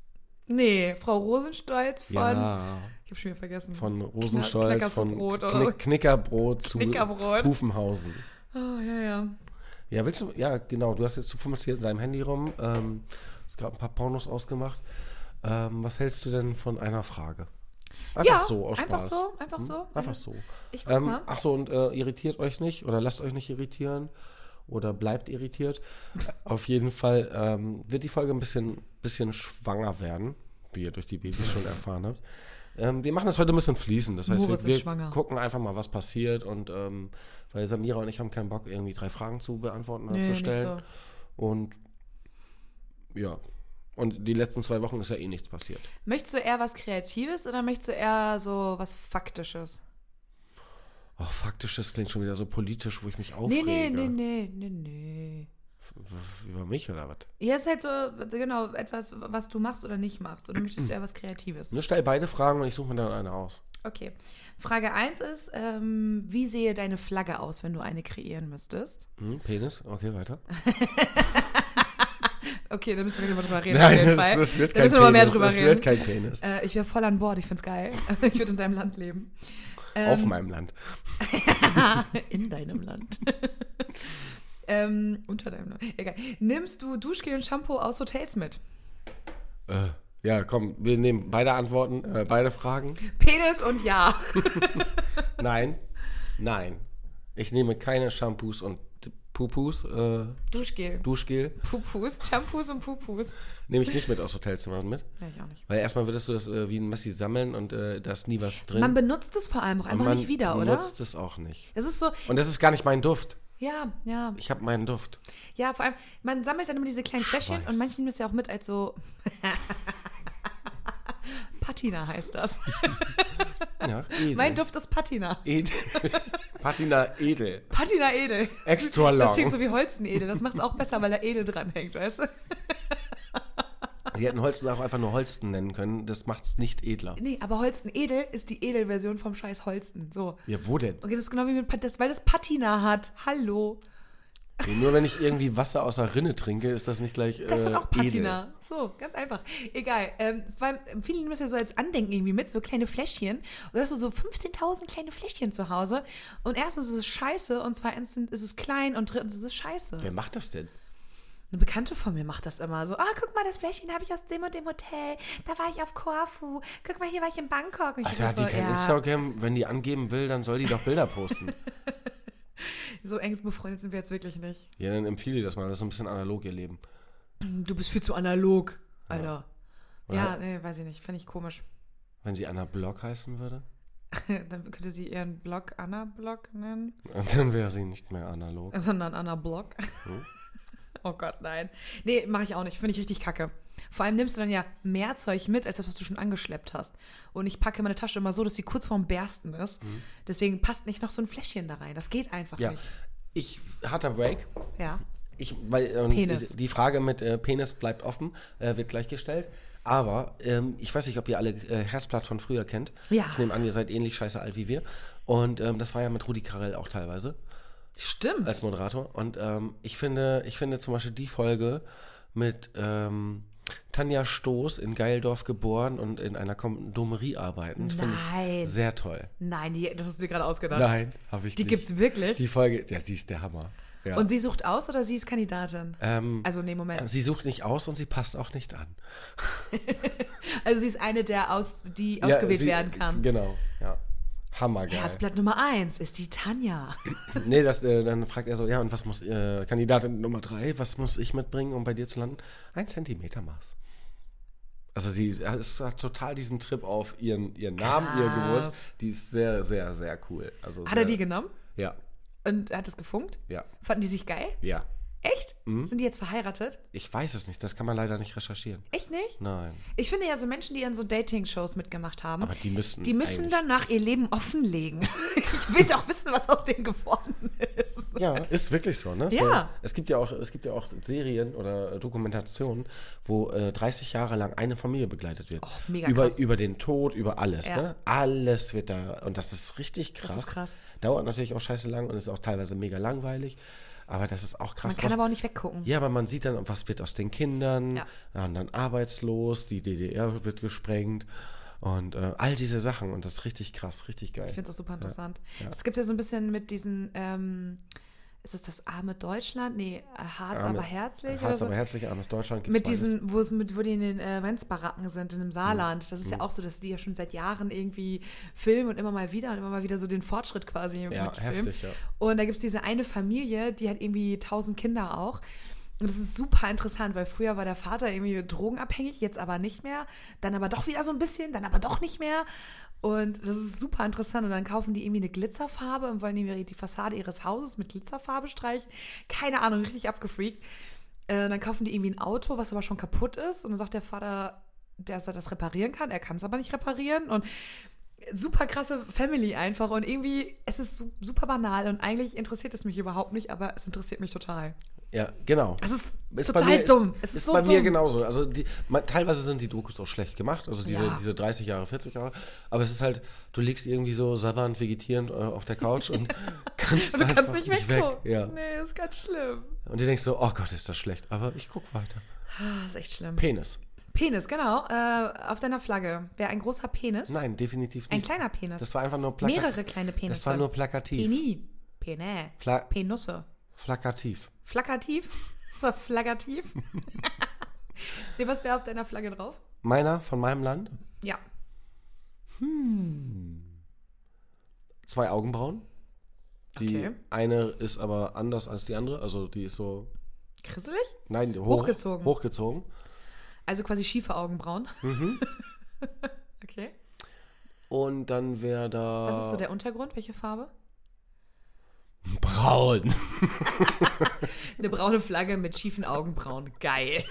Speaker 3: Nee, Frau Rosenstolz von.
Speaker 4: ja,
Speaker 3: Ich hab schon wieder vergessen.
Speaker 4: von Rosenstolz,
Speaker 3: Knackers
Speaker 4: von
Speaker 3: Brot oder
Speaker 4: Knick, Knickerbrot zu
Speaker 3: Knickerbrot.
Speaker 4: Hufenhausen.
Speaker 3: Oh, ja, ja.
Speaker 4: Ja, willst du, ja, genau, du hast jetzt, du fummelst hier in deinem Handy rum, ähm, hast gerade ein paar Pornos ausgemacht. Ähm, was hältst du denn von einer Frage? Einfach
Speaker 3: Ja,
Speaker 4: so, aus
Speaker 3: einfach
Speaker 4: Spaß. Hm?
Speaker 3: so, einfach so. Mhm.
Speaker 4: Einfach so.
Speaker 3: Ich guck
Speaker 4: Ähm,
Speaker 3: mal.
Speaker 4: ach so, und äh, irritiert euch nicht oder lasst euch nicht irritieren oder bleibt irritiert. Auf jeden Fall ähm, wird die Folge ein bisschen, bisschen schwanger werden, wie ihr durch die Babys schon erfahren habt. Ähm, wir machen das heute ein bisschen fließend. Das heißt,
Speaker 3: Moritz
Speaker 4: wir,
Speaker 3: ist
Speaker 4: wir
Speaker 3: schwanger.
Speaker 4: gucken einfach mal, was passiert. Und ähm, weil Samira und ich haben keinen Bock, irgendwie drei Fragen zu beantworten oder
Speaker 3: Nee,
Speaker 4: zu
Speaker 3: nicht
Speaker 4: stellen. Und ja. Und die letzten zwei Wochen ist ja eh nichts passiert.
Speaker 3: Möchtest du eher was Kreatives oder möchtest du eher so was Faktisches?
Speaker 4: Ach, Oh, faktisch, das klingt schon wieder so politisch, wo ich mich
Speaker 3: Nee,
Speaker 4: aufrege.
Speaker 3: nee, nee, nee, nee, nee.
Speaker 4: Über mich oder was?
Speaker 3: Ja, ist halt so, genau, etwas, was du machst oder nicht machst. Oder möchtest du eher was Kreatives?
Speaker 4: Ne, stell beide Fragen und ich suche mir dann eine aus.
Speaker 3: Okay. Frage 1 ist, ähm, wie sehe deine Flagge aus, wenn du eine kreieren müsstest?
Speaker 4: Hm, Penis? Okay, weiter.
Speaker 3: Okay, da müssen wir gleich nochmal drüber reden. auf jeden Fall. da müssen wir
Speaker 4: Penis.
Speaker 3: mal mehr drüber
Speaker 4: das
Speaker 3: reden.
Speaker 4: wird kein Penis.
Speaker 3: äh, ich wäre voll an Bord, ich find's geil. ich würde in deinem Land leben. Ähm.
Speaker 4: Auf meinem Land.
Speaker 3: in deinem Land. ähm, unter deinem Land. Egal. Nimmst du Duschgel und Shampoo aus Hotels mit?
Speaker 4: Äh, ja, komm, wir nehmen beide Antworten, äh, beide Fragen.
Speaker 3: Penis und ja.
Speaker 4: Nein, nein. Ich nehme keine Shampoos und Pupus, äh,
Speaker 3: Duschgel.
Speaker 4: Duschgel,
Speaker 3: Pupus. Shampoos und Pupus.
Speaker 4: nehme ich nicht mit aus Hotelzimmern mit.
Speaker 3: Ja, ich auch nicht.
Speaker 4: Weil erstmal würdest du das äh, wie ein Messi sammeln und äh, da ist nie was drin.
Speaker 3: Man benutzt es vor allem auch
Speaker 4: Und
Speaker 3: einfach
Speaker 4: man
Speaker 3: nicht wieder, oder?
Speaker 4: nutzt es auch nicht.
Speaker 3: Das ist so,
Speaker 4: Und das ist gar nicht mein Duft.
Speaker 3: Ja, ja.
Speaker 4: Ich habe meinen Duft.
Speaker 3: Ja, vor allem, man sammelt dann immer diese kleinen Fläschchen und manche nehmen das ja auch mit als so. Patina heißt das.
Speaker 4: Ja, edel.
Speaker 3: Mein Duft ist Patina.
Speaker 4: Edel. Patina edel.
Speaker 3: Patina edel.
Speaker 4: Extra long.
Speaker 3: Das klingt so wie Holzenedel. Das macht es auch besser, weil da edel dranhängt, weißt du?
Speaker 4: Die hätten Holsten auch einfach nur Holsten nennen können. Das macht's nicht edler.
Speaker 3: Nee, aber Holzenedel ist die Edelversion vom Scheiß Holsten. So.
Speaker 4: Ja, wo denn?
Speaker 3: Okay, das ist genau wie mit Pat- das, weil das Patina hat. Hallo.
Speaker 4: Nee, nur wenn ich irgendwie Wasser aus der Rinne trinke, ist das nicht gleich.
Speaker 3: Das
Speaker 4: äh,
Speaker 3: hat auch Patina.
Speaker 4: Edel.
Speaker 3: So, ganz einfach. Egal. Ähm, weil viele nehmen das ja so als Andenken irgendwie mit, so kleine Fläschchen. Und da hast du so 15.000 kleine Fläschchen zu Hause. Und erstens ist es scheiße und zweitens ist es klein und drittens ist es scheiße.
Speaker 4: Wer macht das denn?
Speaker 3: Eine Bekannte von mir macht das immer so. Ah, guck mal, das Fläschchen habe ich aus dem und dem Hotel. Da war ich auf Korfu. Guck mal, hier war ich in Bangkok. Und ich
Speaker 4: Alter,
Speaker 3: dachte
Speaker 4: hat die
Speaker 3: so,
Speaker 4: kein
Speaker 3: ja,
Speaker 4: Instagram? Wenn die angeben will, dann soll die doch Bilder posten.
Speaker 3: So eng befreundet sind wir jetzt wirklich nicht. Hm,
Speaker 4: ja, dann empfehle ich das mal. Das ist ein bisschen analog ihr Leben.
Speaker 3: Du bist viel zu analog, Alter.
Speaker 4: Oder?
Speaker 3: Ja, nee, weiß ich nicht. Finde ich komisch.
Speaker 4: Wenn sie Anna Block heißen würde,
Speaker 3: Dann könnte sie ihren Blog Anna Blog nennen,
Speaker 4: dann wäre sie nicht mehr analog.
Speaker 3: sondern Anna Blog.
Speaker 4: Hm?
Speaker 3: oh Gott, nein. Nee, mache ich auch nicht. Finde ich richtig kacke. Vor allem nimmst du dann ja mehr Zeug mit, als das, was du schon angeschleppt hast. Und ich packe meine Tasche immer so, dass sie kurz vorm Bersten ist. Deswegen passt nicht noch so ein Fläschchen da rein. Das geht einfach
Speaker 4: Hm. Ja.
Speaker 3: nicht.
Speaker 4: Ich hatte Break.
Speaker 3: Ja.
Speaker 4: Ich, weil, äh, und
Speaker 3: Penis.
Speaker 4: Die Frage mit äh, Penis bleibt offen, äh, wird gleich gestellt. Aber ähm, ich weiß nicht, ob ihr alle äh, Herzblatt von früher kennt.
Speaker 3: Ja.
Speaker 4: Ich nehme an, ihr seid ähnlich scheiße alt wie wir. Und ähm, das war ja mit Rudi Carell auch teilweise
Speaker 3: Stimmt.
Speaker 4: als Moderator. Und ähm, ich, finde, ich finde zum Beispiel die Folge mit ähm, Tanja Stoß in Geildorf geboren und in einer Kondomerie arbeitend, finde
Speaker 3: Nein.
Speaker 4: ich sehr toll.
Speaker 3: Nein, die, das hast du dir gerade ausgedacht.
Speaker 4: Nein, habe ich
Speaker 3: Die
Speaker 4: nicht.
Speaker 3: gibt's wirklich?
Speaker 4: Die Folge, ja, die ist der Hammer. Ja.
Speaker 3: Und sie sucht aus oder sie ist Kandidatin?
Speaker 4: ähm,
Speaker 3: also, nee, Moment.
Speaker 4: sie sucht nicht aus und sie passt auch nicht an.
Speaker 3: Also sie ist eine der aus, die ausgewählt
Speaker 4: Ja, sie-
Speaker 3: werden kann.
Speaker 4: Genau, ja. Hammergeil.
Speaker 3: Herzblatt Nummer eins ist die Tanja.
Speaker 4: Nee, das, äh, dann fragt er so, ja, und was muss, äh, Kandidatin Nummer drei, was muss ich mitbringen, um bei dir zu landen? Ein Zentimeter Maß. Also sie ja, es hat total diesen Trip auf ihren, ihren Namen, ihr
Speaker 3: Krass.
Speaker 4: Geburts. Die ist sehr, sehr, sehr cool. Also
Speaker 3: Hat
Speaker 4: sehr,
Speaker 3: er die genommen
Speaker 4: Ja,
Speaker 3: und hat es gefunkt?
Speaker 4: ja,
Speaker 3: Fanden die sich geil?
Speaker 4: ja.
Speaker 3: Echt?
Speaker 4: Mhm.
Speaker 3: Sind die jetzt verheiratet?
Speaker 4: Ich weiß es nicht, das kann man leider nicht recherchieren.
Speaker 3: Echt nicht?
Speaker 4: Nein.
Speaker 3: Ich finde ja so Menschen, die an so Dating-Shows mitgemacht haben,
Speaker 4: Aber die müssen
Speaker 3: die müssen
Speaker 4: eigentlich-
Speaker 3: danach ihr Leben offenlegen. ich will doch wissen, was aus denen geworden ist.
Speaker 4: Ja, ist wirklich so, ne?
Speaker 3: Ja.
Speaker 4: So, es, gibt ja auch, es gibt ja auch Serien oder äh, Dokumentationen, wo äh, 30 Jahre lang eine Familie begleitet wird.
Speaker 3: Och, mega
Speaker 4: über,
Speaker 3: krass.
Speaker 4: über den Tod, über alles,
Speaker 3: Ja.
Speaker 4: ne? Alles wird da. Und das ist richtig krass.
Speaker 3: ist krass.
Speaker 4: Dauert natürlich auch scheiße lang und ist auch teilweise mega langweilig. Aber das ist auch krass.
Speaker 3: Man kann
Speaker 4: was,
Speaker 3: aber auch nicht weggucken.
Speaker 4: ja, aber man sieht dann, was wird aus den Kindern,
Speaker 3: Ja.
Speaker 4: dann, dann arbeitslos, die DDR wird gesprengt und äh, all diese Sachen. Und das ist richtig krass, richtig geil.
Speaker 3: Ich finde es auch super interessant. Es gibt ja so ein bisschen mit diesen, ähm, ist es das arme Deutschland? Nee, äh, Harz,
Speaker 4: Arme-
Speaker 3: aber herzlich? oder
Speaker 4: Harz,
Speaker 3: so?
Speaker 4: aber herzlich, armes Deutschland. gibt's
Speaker 3: Mit
Speaker 4: beides.
Speaker 3: diesen, wo es mit, wo die in den äh, Renzbaracken sind, in
Speaker 4: Mhm.
Speaker 3: dem Saarland. Das ist ja auch so, dass die ja schon seit Jahren irgendwie filmen und immer mal wieder und immer mal wieder so den Fortschritt quasi
Speaker 4: Ja,
Speaker 3: mitfilmen.
Speaker 4: heftig, ja.
Speaker 3: Und da gibt es diese eine Familie, die hat irgendwie tausend Kinder auch. Und das ist super interessant, weil früher war der Vater irgendwie drogenabhängig, jetzt aber nicht mehr. Dann aber doch wieder so ein bisschen, dann aber doch nicht mehr. Und das ist super interessant. Und dann kaufen die irgendwie eine Glitzerfarbe und wollen irgendwie die Fassade ihres Hauses mit Glitzerfarbe streichen. Keine Ahnung, richtig abgefreakt. Äh, dann kaufen die irgendwie ein Auto, was aber schon kaputt ist. Und dann sagt der Vater, dass er das reparieren kann. Er kann es aber nicht reparieren. Und super krasse Family einfach. Und irgendwie, es ist su super banal. Und eigentlich interessiert es mich überhaupt nicht, aber es interessiert mich total.
Speaker 4: Ja, genau.
Speaker 3: Es ist,
Speaker 4: Ist bei
Speaker 3: total
Speaker 4: mir-
Speaker 3: dumm.
Speaker 4: Ist,
Speaker 3: es ist,
Speaker 4: ist
Speaker 3: so
Speaker 4: bei
Speaker 3: dumm.
Speaker 4: mir genauso. Also die, man, teilweise sind die Dokus auch schlecht gemacht, also diese,
Speaker 3: Ja.
Speaker 4: diese 30 Jahre, 40 Jahre. Aber es ist halt, du liegst irgendwie so sabbernd, vegetierend äh, auf der Couch und kannst,
Speaker 3: Und du
Speaker 4: einfach
Speaker 3: kannst nicht weggucken.
Speaker 4: Ja.
Speaker 3: Nee, ist ganz schlimm.
Speaker 4: Und du denkst so, oh Gott, ist das schlecht. Aber ich guck weiter.
Speaker 3: Ah, ist echt schlimm.
Speaker 4: Penis.
Speaker 3: Penis, genau. Äh, auf deiner Flagge. Wäre ein großer Penis.
Speaker 4: Nein, definitiv nicht.
Speaker 3: Ein kleiner Penis.
Speaker 4: Das war einfach nur plakativ.
Speaker 3: Mehrere kleine Penisse.
Speaker 4: Das war nur plakativ.
Speaker 3: Peni. Pene.
Speaker 4: Pla
Speaker 3: Penusse.
Speaker 4: plakativ.
Speaker 3: Flakkativ? Das war flaggativ. nee, was wäre auf deiner Flagge drauf?
Speaker 4: Meiner von meinem Land.
Speaker 3: Ja.
Speaker 4: Zwei Augenbrauen. Die
Speaker 3: Okay.
Speaker 4: eine ist aber anders als die andere. Also die ist so,
Speaker 3: Krisselig?
Speaker 4: nein, hoch,
Speaker 3: Hochgezogen.
Speaker 4: Hochgezogen.
Speaker 3: Also quasi schiefe Augenbrauen.
Speaker 4: Mhm.
Speaker 3: okay.
Speaker 4: Und dann wäre da. Äh.
Speaker 3: Was ist so der Untergrund? Welche Farbe?
Speaker 4: braun.
Speaker 3: Eine braune Flagge mit schiefen Augenbrauen. Geil.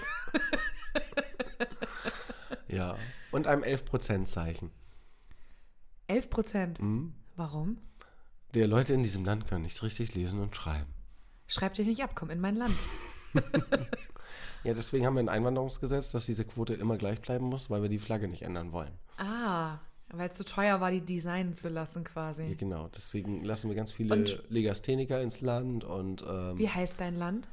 Speaker 4: Ja. Und einem 11%-Zeichen.
Speaker 3: 11 Prozent.
Speaker 4: Hm.
Speaker 3: Warum?
Speaker 4: Der Leute in diesem Land können nicht richtig lesen und schreiben.
Speaker 3: Schreib dich nicht ab, komm in mein Land.
Speaker 4: Ja, deswegen haben wir ein Einwanderungsgesetz, dass diese Quote immer gleich bleiben muss, weil wir die Flagge nicht ändern wollen.
Speaker 3: Ah, weil es zu teuer war, die designen zu lassen
Speaker 4: Ja,
Speaker 3: quasi.
Speaker 4: genau. Deswegen lassen wir ganz viele
Speaker 3: Und-
Speaker 4: Legastheniker ins Land und ähm,
Speaker 3: Wie heißt dein Land?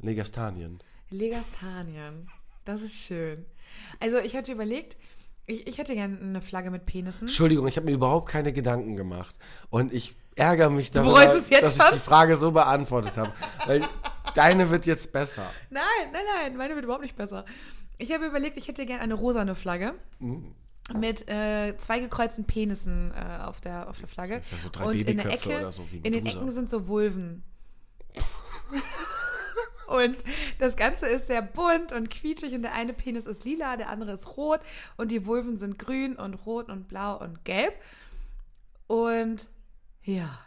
Speaker 4: Legastanien.
Speaker 3: Legastanien. Das ist schön. Also ich hatte überlegt, ich, ich hätte gerne eine Flagge mit Penissen.
Speaker 4: Entschuldigung, ich habe mir überhaupt keine Gedanken gemacht. Und ich ärgere mich darüber,
Speaker 3: bereust es
Speaker 4: dass
Speaker 3: jetzt schon?
Speaker 4: ich die Frage so beantwortet habe. Weil deine wird jetzt besser.
Speaker 3: Nein, nein, nein, meine wird überhaupt nicht besser. Ich habe überlegt, ich hätte gerne eine rosane Flagge.
Speaker 4: Mm.
Speaker 3: Mit äh, zwei gekreuzten Penissen äh, auf, der, auf der Flagge.
Speaker 4: Ja, so drei
Speaker 3: und in der
Speaker 4: Babyköpfe
Speaker 3: Ecke,
Speaker 4: oder so, wie
Speaker 3: in den
Speaker 4: Medusa.
Speaker 3: Ecken sind so Vulven. und das Ganze ist sehr bunt und quietschig und der eine Penis ist lila, der andere ist rot und die Vulven sind grün und rot und blau und gelb. Und ja.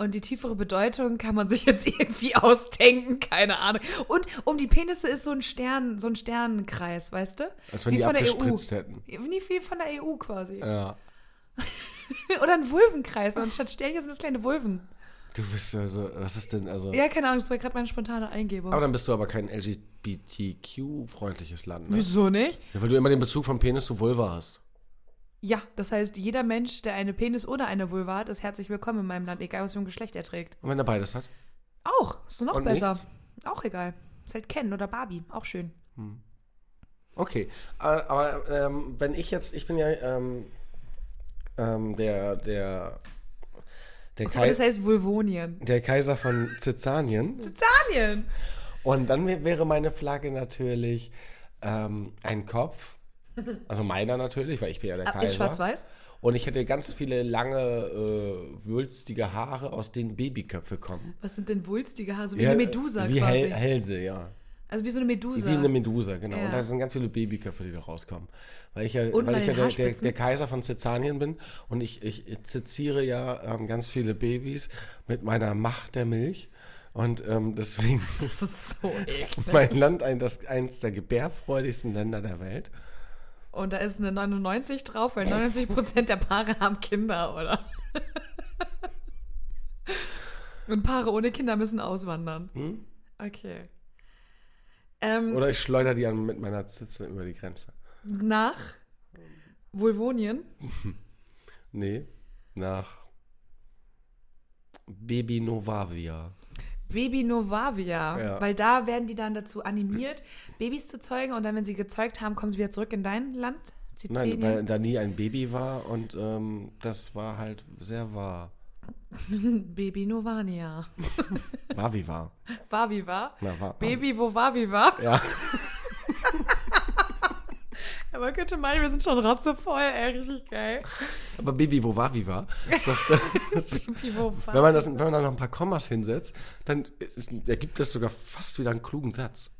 Speaker 3: Und die tiefere Bedeutung kann man sich jetzt irgendwie ausdenken, keine Ahnung. Und um die Penisse ist so ein Stern, so ein Sternenkreis, weißt du?
Speaker 4: Als wenn die
Speaker 3: E
Speaker 4: abgespritzt hätten.
Speaker 3: Wie wie von der EU quasi.
Speaker 4: Ja.
Speaker 3: Oder ein Vulvenkreis. Und statt Sternchen sind das kleine Vulven.
Speaker 4: Du bist also, was ist denn, also.
Speaker 3: Ja, keine Ahnung, das war gerade meine spontane Eingebung.
Speaker 4: Aber dann bist du aber kein LGBTQ-freundliches Land, ne?
Speaker 3: Wieso nicht?
Speaker 4: Ja, weil du immer den Bezug von Penis zu Vulva hast.
Speaker 3: Ja, das heißt, jeder Mensch, der eine Penis oder eine Vulva hat, ist herzlich willkommen in meinem Land, egal was für ein Geschlecht er trägt.
Speaker 4: Und wenn er beides hat?
Speaker 3: Auch, ist doch noch
Speaker 4: Und
Speaker 3: besser.
Speaker 4: nichts?
Speaker 3: Auch egal. Ist halt Ken oder Barbie, auch schön.
Speaker 4: Okay, aber, aber ähm, wenn ich jetzt, ich bin ja ähm, ähm, der der der,
Speaker 3: Und Oh das
Speaker 4: Kaiser
Speaker 3: heißt Vulvonien.
Speaker 4: der Kaiser von Zitzanien
Speaker 3: Tanien!
Speaker 4: und dann wär- wäre meine Flagge natürlich ähm, ein Kopf, also meiner natürlich, weil ich bin ja der
Speaker 3: Ah, in
Speaker 4: Kaiser.
Speaker 3: schwarz-weiß?
Speaker 4: Und ich hätte ganz viele lange äh, wülstige Haare, aus denen Babyköpfe kommen.
Speaker 3: Was sind denn wulstige Haare? So wie eine Medusa
Speaker 4: wie
Speaker 3: quasi.
Speaker 4: Hel Hälse, ja.
Speaker 3: also wie so eine Medusa.
Speaker 4: Wie eine Medusa, genau.
Speaker 3: Ja.
Speaker 4: Und da sind ganz viele Babyköpfe, die da rauskommen. Weil ich ja,
Speaker 3: Und
Speaker 4: weil
Speaker 3: bei
Speaker 4: ich ja
Speaker 3: den
Speaker 4: der, der,
Speaker 3: Haarspitzen?
Speaker 4: der Kaiser von Cizzanien bin und ich, ich ziziere ja ähm, ganz viele Babys mit meiner Macht der Milch. Und ähm, deswegen ist
Speaker 3: das ist so eklig.
Speaker 4: mein Land ein, das, eins der gebärfreudigsten Länder der Welt.
Speaker 3: Und da ist eine 99 drauf, weil 99% der Paare haben Kinder, oder? Und Paare ohne Kinder müssen auswandern. Okay. Ähm,
Speaker 4: Hm? Oder ich schleudere die an mit meiner Zitze über die Grenze.
Speaker 3: nach Vulvonien.
Speaker 4: Nee, nach Baby Novavia.
Speaker 3: Baby Novavia,
Speaker 4: Ja.
Speaker 3: weil da werden die dann dazu animiert, Babys zu zeugen und dann, wenn sie gezeugt haben, kommen sie wieder zurück in dein Land, Sizilien.
Speaker 4: Nein, weil da nie ein Baby war und ähm, das war halt sehr wahr.
Speaker 3: Baby Novania.
Speaker 4: War wie war.
Speaker 3: Barbie war.
Speaker 4: Na, war,
Speaker 3: Baby, wo Barbie war.
Speaker 4: Ja.
Speaker 3: Aber man könnte meinen, wir sind schon rotzevoll, ey, richtig geil.
Speaker 4: Aber Baby, wo war, wie war? Ist doch-
Speaker 3: Baby, wo war-
Speaker 4: wenn, man das, wenn man da noch ein paar Kommas hinsetzt, dann ist, ergibt das sogar fast wieder einen klugen Satz.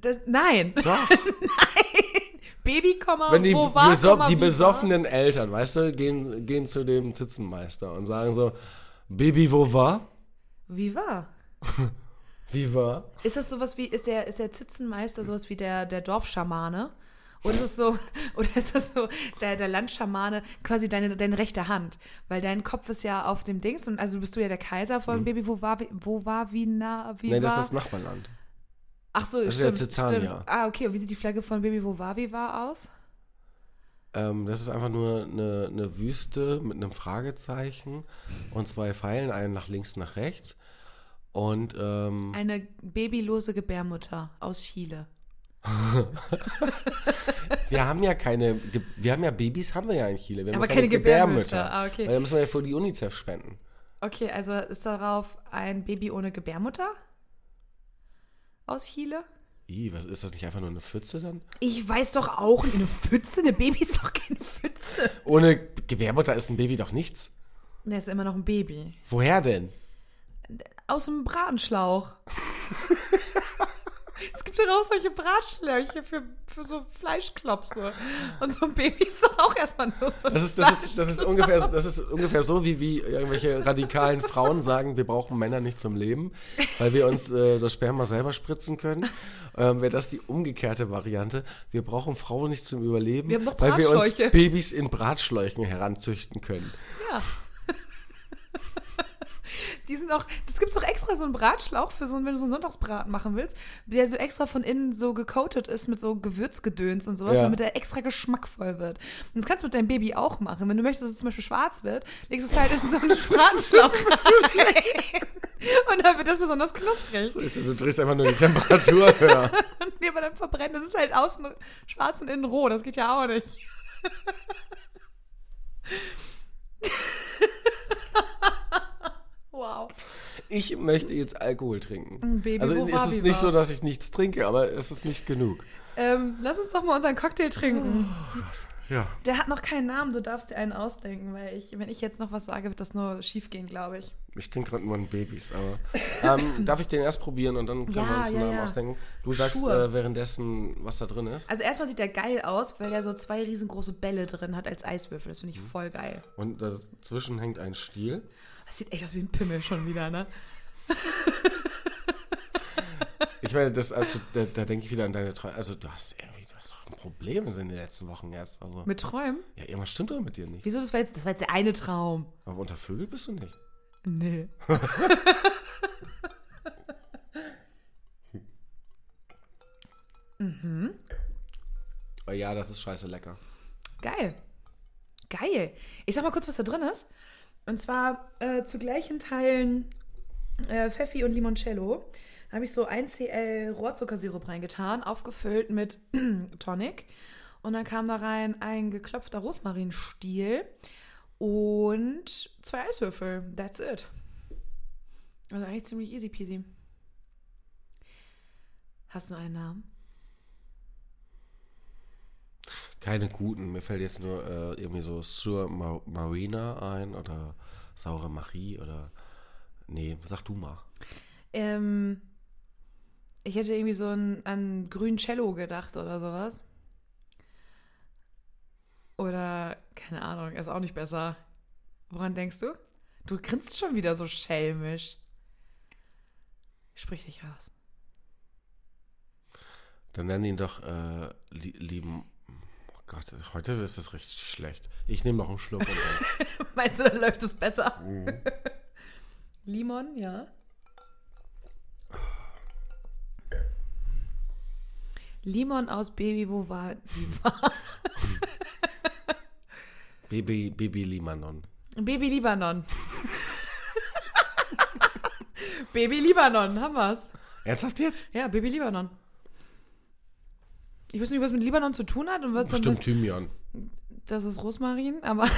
Speaker 3: Das, nein.
Speaker 4: Doch.
Speaker 3: Baby, Komma,
Speaker 4: wenn die,
Speaker 3: wo war,
Speaker 4: beso
Speaker 3: Komma,
Speaker 4: die
Speaker 3: wie
Speaker 4: besoffenen Eltern, weißt du, gehen, gehen zu dem Zitzenmeister und sagen so, Baby, wo war?
Speaker 3: War. Wie war?
Speaker 4: Wie war?
Speaker 3: Ist das sowas wie, ist der, ist der Zitzenmeister sowas wie der, der Dorfschamane? Oder ist es so, oder ist das so der, der Landschamane, quasi deine, deine rechte Hand? Weil dein Kopf ist ja auf dem Dings und also bist du ja der Kaiser von Baby, wo war, wo war, wie nah, wie
Speaker 4: Nein, Mhm. das
Speaker 3: war?
Speaker 4: ist das Nachbarland.
Speaker 3: Ach so,
Speaker 4: Das ist ja
Speaker 3: stimmt,
Speaker 4: Zitzania.
Speaker 3: stimmt. Ah, okay. Und wie sieht die Flagge von Baby Wovavi war aus?
Speaker 4: Ähm, das ist einfach nur eine, eine Wüste mit einem Fragezeichen und zwei Pfeilen, einen nach links, nach rechts. Und ähm,
Speaker 3: Eine babylose Gebärmutter aus Chile.
Speaker 4: Wir haben ja keine, Ge- wir haben ja Babys, haben wir ja in Chile. Wir haben
Speaker 3: Aber
Speaker 4: ja
Speaker 3: keine Gebärmütter. Ah, okay.
Speaker 4: Weil da müssen wir ja für die UNICEF spenden.
Speaker 3: Okay, also ist darauf ein Baby ohne Gebärmutter aus Chile?
Speaker 4: Ih, was ist das nicht einfach nur eine Pfütze dann?
Speaker 3: Ich weiß doch auch, eine Pfütze, eine Baby ist doch keine Pfütze.
Speaker 4: Ohne Gebärmutter ist ein Baby doch nichts.
Speaker 3: Der ist immer noch ein Baby.
Speaker 4: Woher denn?
Speaker 3: Aus dem Bratenschlauch. Es gibt ja auch solche Bratschläuche für, für so Fleischklopse. Und so ein Baby ist doch auch erstmal nur so. ein
Speaker 4: Das ist, das ist, das ist, ungefähr, das ist ungefähr so, wie, wie irgendwelche radikalen Frauen sagen, wir brauchen Männer nicht zum Leben, weil wir uns äh, das Sperma selber spritzen können. Ähm, Wäre das die umgekehrte Variante. Wir brauchen Frauen nicht zum Überleben,
Speaker 3: Wir haben doch
Speaker 4: weil wir uns
Speaker 3: Bratschläuche.
Speaker 4: Babys in Bratschläuchen heranzüchten können.
Speaker 3: Ja. Die sind auch, das gibt's doch extra so einen Bratschlauch für so, einen- wenn du so einen Sonntagsbraten machen willst, der so extra von innen so gecoatet ist mit so Gewürzgedöns und sowas,
Speaker 4: Ja.
Speaker 3: damit er extra geschmackvoll wird. Und das kannst du mit deinem Baby auch machen. Wenn du möchtest, dass es zum Beispiel schwarz wird, legst du es halt in so einen Bratschlauch rein. Und dann wird das besonders knusprig.
Speaker 4: Du, Also, du drehst einfach nur die Temperatur höher.
Speaker 3: Nee, aber dann verbrennt. Das ist halt außen schwarz und innen roh. Das geht ja auch nicht. wow.
Speaker 4: Ich möchte jetzt Alkohol trinken.
Speaker 3: Ein Baby
Speaker 4: also
Speaker 3: Wabi
Speaker 4: ist es nicht
Speaker 3: war.
Speaker 4: so, dass ich nichts trinke, aber es ist nicht genug.
Speaker 3: Ähm, lass uns doch mal unseren Cocktail trinken.
Speaker 4: Ja.
Speaker 3: Oh. Der hat noch keinen Namen. Du darfst dir einen ausdenken, weil ich, wenn ich jetzt noch was sage, wird das nur schief gehen, glaube ich.
Speaker 4: Ich trinke gerade nur an Babys, aber. Ähm, darf ich den erst probieren und dann können
Speaker 3: Ja,
Speaker 4: wir uns einen
Speaker 3: ja,
Speaker 4: Namen
Speaker 3: ja.
Speaker 4: ausdenken? Du sagst
Speaker 3: Sure.
Speaker 4: äh, währenddessen, was da drin ist.
Speaker 3: Also erstmal sieht der geil aus, weil der so zwei riesengroße Bälle drin hat als Eiswürfel. Das finde ich voll geil.
Speaker 4: Und dazwischen hängt ein Stiel.
Speaker 3: Das sieht echt aus wie ein Pimmel schon wieder, ne?
Speaker 4: Ich meine, das, also, da, da denke ich wieder an deine Träume. Also, du hast irgendwie, du hast doch ein Problem in den letzten Wochen jetzt. Also,
Speaker 3: Mit Träumen?
Speaker 4: ja, irgendwas stimmt doch mit dir nicht.
Speaker 3: Wieso? Das war jetzt, das war jetzt der eine Traum.
Speaker 4: Aber unter Vögel bist du nicht.
Speaker 3: Nee.
Speaker 4: Aber Oh ja, das ist scheiße lecker.
Speaker 3: Geil. Geil. Ich sag mal kurz, was da drin ist. Und zwar äh, zu gleichen Teilen äh, Pfeffi und Limoncello. Da habe ich so 1cl Rohrzuckersirup reingetan, aufgefüllt mit Tonic. Und dann kam da rein ein geklopfter Rosmarinstiel und zwei Eiswürfel. That's it. Also eigentlich ziemlich easy peasy. Hast du einen Namen?
Speaker 4: Keine guten. Mir fällt jetzt nur äh, irgendwie so Sur Ma Marina ein oder Saure Marie oder. Nee, sag du mal.
Speaker 3: Ähm, ich hätte irgendwie so an, an grün Cello gedacht oder sowas. Oder, keine Ahnung, ist auch nicht besser. Woran denkst du? Du grinst schon wieder so schelmisch. Sprich dich aus.
Speaker 4: Dann nennen ihn doch äh, li lieben. Oh Gott, heute ist das richtig schlecht. Ich nehme noch einen Schluck. Und dann.
Speaker 3: Meinst du, dann läuft es besser? Limon, ja. Limon aus Baby, wo war die
Speaker 4: Baby, Baby Limanon.
Speaker 3: Baby Libanon. Baby Libanon, haben wir's.
Speaker 4: Ernsthaft jetzt?
Speaker 3: Ja, Baby Libanon. Ich weiß nicht, was mit Libanon zu tun hat und was
Speaker 4: Bestimmt Thymian.
Speaker 3: damit. Das ist Rosmarin, aber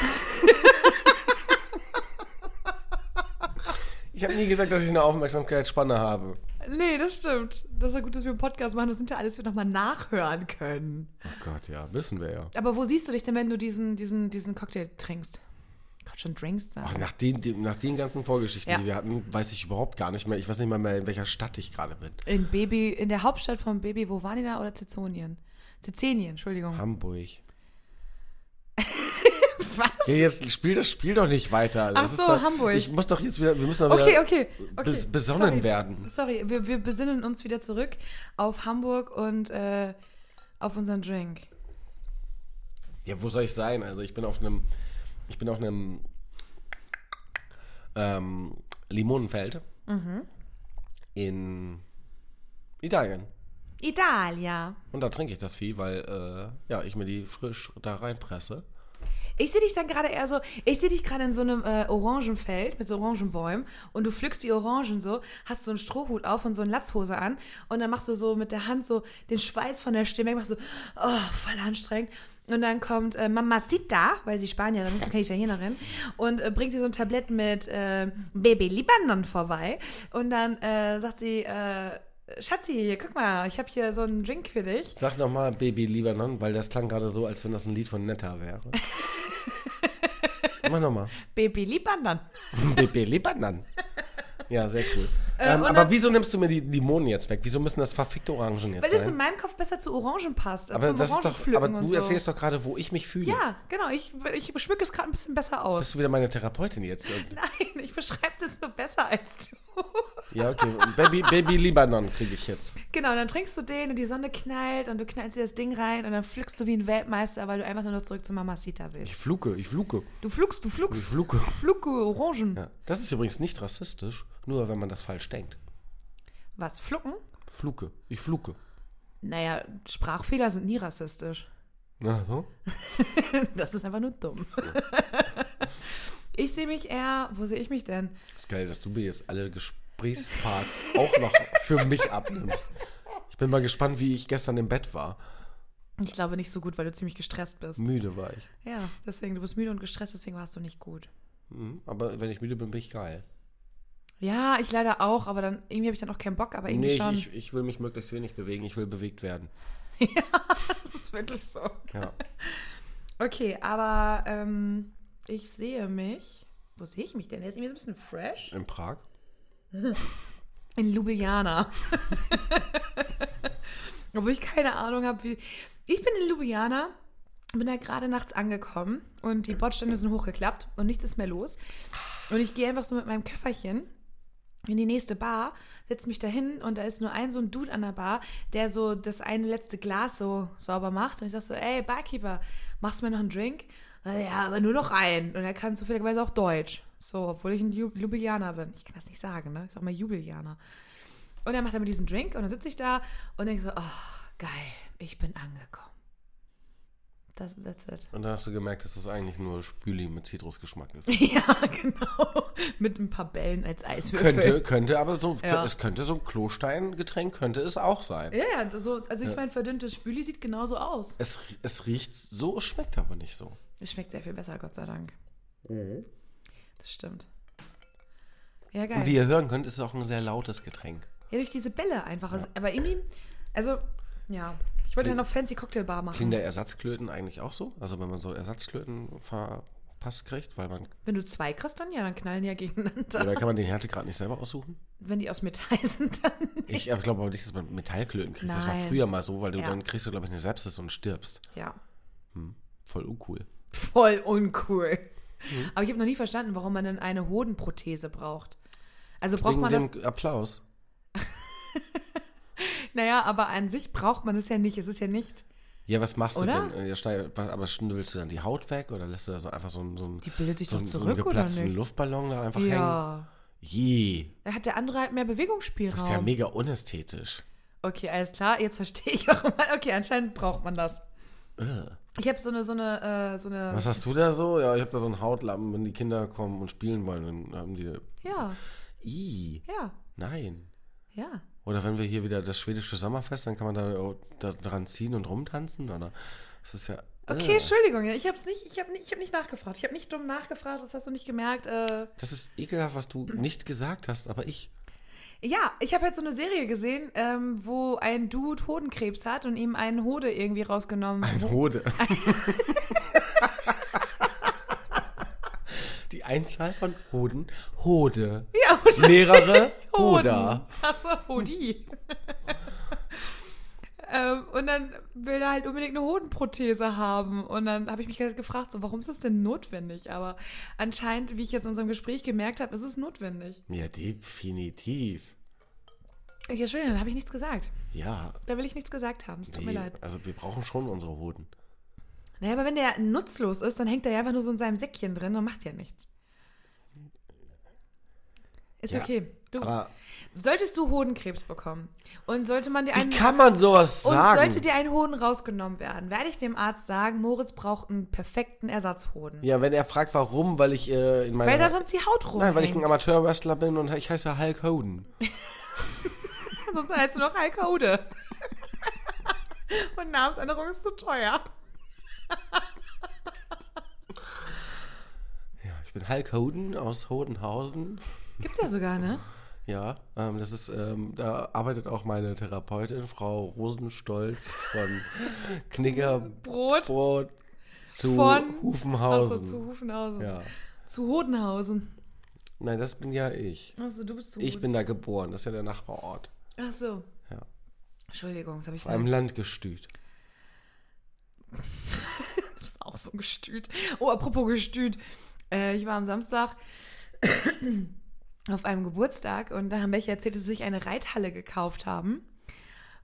Speaker 4: Ich habe nie gesagt, dass ich eine Aufmerksamkeitsspanne habe.
Speaker 3: nee, das stimmt. Das ist ja gut, dass wir einen Podcast machen. Das sind ja alles, wir nochmal nachhören können.
Speaker 4: Oh Gott, ja, wissen wir ja.
Speaker 3: Aber wo siehst du dich denn, wenn du diesen, diesen, diesen Cocktail trinkst? Gott, schon trinkst da.
Speaker 4: Ach, nach, den, die, nach den ganzen Vorgeschichten,
Speaker 3: Ja.
Speaker 4: die wir hatten, weiß ich überhaupt gar nicht mehr. Ich weiß nicht mal mehr, in welcher Stadt ich gerade bin.
Speaker 3: In Baby, in der Hauptstadt von Baby, wo waren die da? Oder Zizonien? Zizenien, Entschuldigung.
Speaker 4: Hamburg.
Speaker 3: Was?
Speaker 4: Ja, jetzt spiel das Spiel doch nicht weiter. Das
Speaker 3: Ach
Speaker 4: ist
Speaker 3: so,
Speaker 4: doch,
Speaker 3: Hamburg.
Speaker 4: Ich muss doch jetzt wieder, wir müssen doch
Speaker 3: Okay,
Speaker 4: wieder
Speaker 3: okay. okay.
Speaker 4: bes- besonnen
Speaker 3: Sorry.
Speaker 4: werden.
Speaker 3: Sorry, wir, wir besinnen uns wieder zurück auf Hamburg und äh, auf unseren Drink.
Speaker 4: Ja, wo soll ich sein? Also ich bin auf einem, ich bin auf einem ähm, Limonenfeld
Speaker 3: Mhm.
Speaker 4: in Italien.
Speaker 3: Italia.
Speaker 4: Und da trinke ich das Vieh, weil äh, ja, ich mir die frisch da reinpresse.
Speaker 3: Ich sehe dich dann gerade eher so, ich sehe dich gerade in so einem äh, Orangenfeld mit so Orangenbäumen und du pflückst die Orangen so, hast so einen Strohhut auf und so eine Latzhose an und dann machst du so mit der Hand so den Schweiß von der Stirn weg, machst so, oh, voll anstrengend. Und dann kommt äh, Mamacita, weil sie Spanierin ist und keine Italienerin, und äh, bringt dir so ein Tablett mit äh, Baby Libanon vorbei. Und dann äh, sagt sie, äh, Schatzi, guck mal, ich habe hier so einen Drink für dich.
Speaker 4: Sag nochmal Baby Libanon, weil das klang gerade so, als wenn das ein Lied von Netta wäre. Mach nochmal.
Speaker 3: Baby Libanon.
Speaker 4: Baby Libanon. Ja, sehr cool. Ähm,
Speaker 3: Äh, und
Speaker 4: aber
Speaker 3: dann-
Speaker 4: wieso nimmst du mir die Limonen jetzt weg? Wieso müssen das verfickte Orangen jetzt
Speaker 3: Weil
Speaker 4: sein?
Speaker 3: es in meinem Kopf besser zu Orangen passt. als
Speaker 4: aber
Speaker 3: zum
Speaker 4: das ist doch,
Speaker 3: Orangenpflücken
Speaker 4: aber du
Speaker 3: und so.
Speaker 4: erzählst doch gerade, wo ich mich fühle.
Speaker 3: Ja, genau. Ich, ich schmücke es gerade ein bisschen besser aus.
Speaker 4: Bist du wieder meine Therapeutin jetzt? Und,
Speaker 3: Nein, ich beschreibe das nur besser als du.
Speaker 4: ja, okay. Und Baby, Baby Libanon kriege ich jetzt.
Speaker 3: Genau, und dann trinkst du den und die Sonne knallt und du knallst dir das Ding rein und dann pflückst du wie ein Weltmeister, weil du einfach nur noch zurück zu Mamacita willst.
Speaker 4: Ich fluke, ich fluke,
Speaker 3: Du flugst, du
Speaker 4: ich
Speaker 3: flugst.
Speaker 4: fluke.
Speaker 3: Fluke, Orangen.
Speaker 4: Ja. Das ist übrigens nicht rassistisch, nur wenn man das falsch denkt.
Speaker 3: Was, flucken?
Speaker 4: Fluke, ich fluke.
Speaker 3: Naja, Sprachfehler sind nie rassistisch.
Speaker 4: Na, so?
Speaker 3: Das ist einfach nur dumm. Ich sehe mich eher, wo sehe ich mich denn?
Speaker 4: Ist geil, dass du mir jetzt alle Gesprächsparts auch noch für mich abnimmst. Ich bin mal gespannt, wie ich gestern im Bett war.
Speaker 3: Ich glaube nicht so gut, weil du ziemlich gestresst bist.
Speaker 4: Müde war ich.
Speaker 3: Ja, deswegen, du bist müde und gestresst, deswegen warst du nicht gut.
Speaker 4: Mhm. Aber wenn ich müde bin, bin ich geil.
Speaker 3: Ja, ich leider auch, aber dann irgendwie habe ich dann auch keinen Bock, aber irgendwie
Speaker 4: Nee, ich,
Speaker 3: schon.
Speaker 4: ich, ich will mich möglichst wenig bewegen, ich will bewegt werden.
Speaker 3: Das ist wirklich so.
Speaker 4: Ja.
Speaker 3: Okay, aber ähm, ich sehe mich. Wo sehe ich mich denn? Der ist irgendwie so ein bisschen fresh.
Speaker 4: In Prag?
Speaker 3: In Ljubljana. Obwohl ich keine Ahnung habe, wie. Ich bin in Ljubljana, bin da gerade nachts angekommen und die Bordsteine sind hochgeklappt und nichts ist mehr los. Und ich gehe einfach so mit meinem Köfferchen in die nächste Bar, setze mich dahin und da ist nur ein so ein Dude an der Bar, der so das eine letzte Glas so sauber macht. Und ich sage so, ey, Barkeeper, machst du mir noch einen Drink? Und er, Ja, aber nur noch einen. Und er kann zufälligerweise auch Deutsch. So, obwohl ich ein Ju- Ljubljana bin. Ich kann das nicht sagen, ne? Ich sag mal Jubilianer. Und er macht dann mit diesem Drink und dann sitze ich da und denke so, oh, geil, ich bin angekommen. Das, that's it.
Speaker 4: Und dann hast du gemerkt, dass das eigentlich nur Spüli mit Zitrusgeschmack ist.
Speaker 3: Ja, genau. Mit ein paar Bällen als Eiswürfel.
Speaker 4: Könnte, könnte, aber so,
Speaker 3: Ja.
Speaker 4: es könnte so ein Klosteingetränk, könnte es auch sein.
Speaker 3: Ja, ja, so, also ich meine, verdünntes Spüli sieht genauso aus.
Speaker 4: Es, es riecht so, es schmeckt aber nicht so.
Speaker 3: Es schmeckt sehr viel besser, Gott sei Dank. Mhm. Das stimmt. Ja, geil.
Speaker 4: Und wie ihr hören könnt, ist es auch ein sehr lautes Getränk.
Speaker 3: Ja, durch diese Bälle einfach. Also, Aber irgendwie, also, ja. Ich wollte ja noch fancy Cocktailbar machen.
Speaker 4: Klingen da Ersatzklöten eigentlich auch so? Also wenn man so Ersatzklöten verpasst kriegt, weil man.
Speaker 3: Wenn du zwei kriegst, dann ja, dann knallen die ja gegeneinander.
Speaker 4: Oder kann man den Härtegrad nicht selber aussuchen?
Speaker 3: Wenn die aus Metall sind, dann.
Speaker 4: Ich glaube aber nicht, dass man Metallklöten kriegt. Das war
Speaker 3: Nein.
Speaker 4: früher mal so, weil du
Speaker 3: Ja.
Speaker 4: dann kriegst du, glaube ich, eine Sepsis und stirbst.
Speaker 3: Ja.
Speaker 4: Voll uncool.
Speaker 3: Voll uncool.
Speaker 4: Mhm.
Speaker 3: Aber ich habe noch nie verstanden, warum man denn eine Hodenprothese braucht. Also braucht
Speaker 4: Wegen
Speaker 3: man das.
Speaker 4: dem Applaus.
Speaker 3: Naja, aber an sich braucht man es ja nicht. Es ist ja nicht.
Speaker 4: Ja, was machst
Speaker 3: Oder?
Speaker 4: du denn? Ja, schneid, was, aber schnüllst du dann die Haut weg oder lässt du da so einfach so, einen- so einen,
Speaker 3: Die bildet sich
Speaker 4: so,
Speaker 3: doch
Speaker 4: einen- so
Speaker 3: zurück,
Speaker 4: einen
Speaker 3: oder
Speaker 4: geplatzten
Speaker 3: nicht?
Speaker 4: Luftballon da einfach hängen?
Speaker 3: Ja.
Speaker 4: Je,
Speaker 3: Da hat der andere halt mehr Bewegungsspielraum.
Speaker 4: das ist ja mega unästhetisch.
Speaker 3: okay, alles klar. Jetzt verstehe ich auch mal. Okay, anscheinend braucht man das. Ich habe so eine, so eine, äh, so eine.
Speaker 4: Was hast du da so? Ja, ich habe da so einen Hautlappen, wenn die Kinder kommen und spielen wollen, dann haben die.
Speaker 3: Ja,
Speaker 4: I,
Speaker 3: ja,
Speaker 4: nein.
Speaker 3: ja.
Speaker 4: Oder wenn wir hier wieder das schwedische Sommerfest, dann kann man da, oh, da dran ziehen und rumtanzen, oder? Das ist ja. äh,
Speaker 3: Okay, Entschuldigung, ich habe nicht, ich habe nicht, ich hab nicht nachgefragt. Ich habe nicht dumm nachgefragt, das hast du nicht gemerkt. Äh,
Speaker 4: Das ist ekelhaft, was du nicht gesagt hast, aber ich.
Speaker 3: Ja, ich habe jetzt so eine Serie gesehen, ähm, wo ein Dude Hodenkrebs hat und ihm einen Hode irgendwie rausgenommen.
Speaker 4: Ein Hode. Die Einzahl von Hoden, Hode.
Speaker 3: ja, und
Speaker 4: Mehrere
Speaker 3: Hoden.
Speaker 4: Hoder.
Speaker 3: Achso, Hodi. ähm, und dann will er halt unbedingt eine Hodenprothese haben. Und dann habe ich mich halt gefragt, so, warum ist das denn notwendig? Aber anscheinend, wie ich jetzt in unserem Gespräch gemerkt habe, ist es notwendig.
Speaker 4: Ja, definitiv.
Speaker 3: Ja, Entschuldigung, dann habe ich nichts gesagt.
Speaker 4: Ja.
Speaker 3: Da will ich nichts gesagt haben. Es tut
Speaker 4: Nee,
Speaker 3: mir leid.
Speaker 4: also wir brauchen schon unsere Hoden.
Speaker 3: Naja, aber wenn der nutzlos ist, dann hängt er ja einfach nur so in seinem Säckchen drin und macht ja nichts. Ist
Speaker 4: Ja,
Speaker 3: okay. Du,
Speaker 4: Aber
Speaker 3: solltest du Hodenkrebs bekommen und sollte man dir
Speaker 4: wie
Speaker 3: einen
Speaker 4: kann man sowas
Speaker 3: und
Speaker 4: sagen?
Speaker 3: sollte dir ein Hoden rausgenommen werden, werde ich dem Arzt sagen, Moritz braucht einen perfekten Ersatzhoden,
Speaker 4: ja, wenn er fragt, warum, weil ich äh, in meiner...
Speaker 3: weil da sonst die Haut rumhängt.
Speaker 4: Nein, weil ich ein Amateur-Wrestler bin und ich heiße Hulk Hoden.
Speaker 3: sonst heißt du noch Hulk Hode. und Namensänderung ist zu teuer.
Speaker 4: Ja, ich bin Hulk Hoden aus Hodenhausen.
Speaker 3: Gibt's ja sogar, ne?
Speaker 4: Ja, ähm, das ist, ähm, da arbeitet auch meine Therapeutin, Frau Rosenstolz von Kniggerbrot
Speaker 3: Brot
Speaker 4: zu
Speaker 3: Von- Achso,
Speaker 4: Hufenhausen.
Speaker 3: zu Hufenhausen.
Speaker 4: ja.
Speaker 3: Zu Hodenhausen.
Speaker 4: Nein, das bin ja ich.
Speaker 3: Achso, du bist zu
Speaker 4: Ich
Speaker 3: gut.
Speaker 4: bin da geboren. Das ist ja der Nachbarort.
Speaker 3: Achso.
Speaker 4: Ja.
Speaker 3: Entschuldigung, das habe ich
Speaker 4: Auf einem
Speaker 3: nicht.
Speaker 4: Landgestüt.
Speaker 3: Du bist auch so gestüt. Oh, apropos gestüt. Äh, ich war am Samstag auf einem Geburtstag und da haben welche erzählt, dass sie sich eine Reithalle gekauft haben.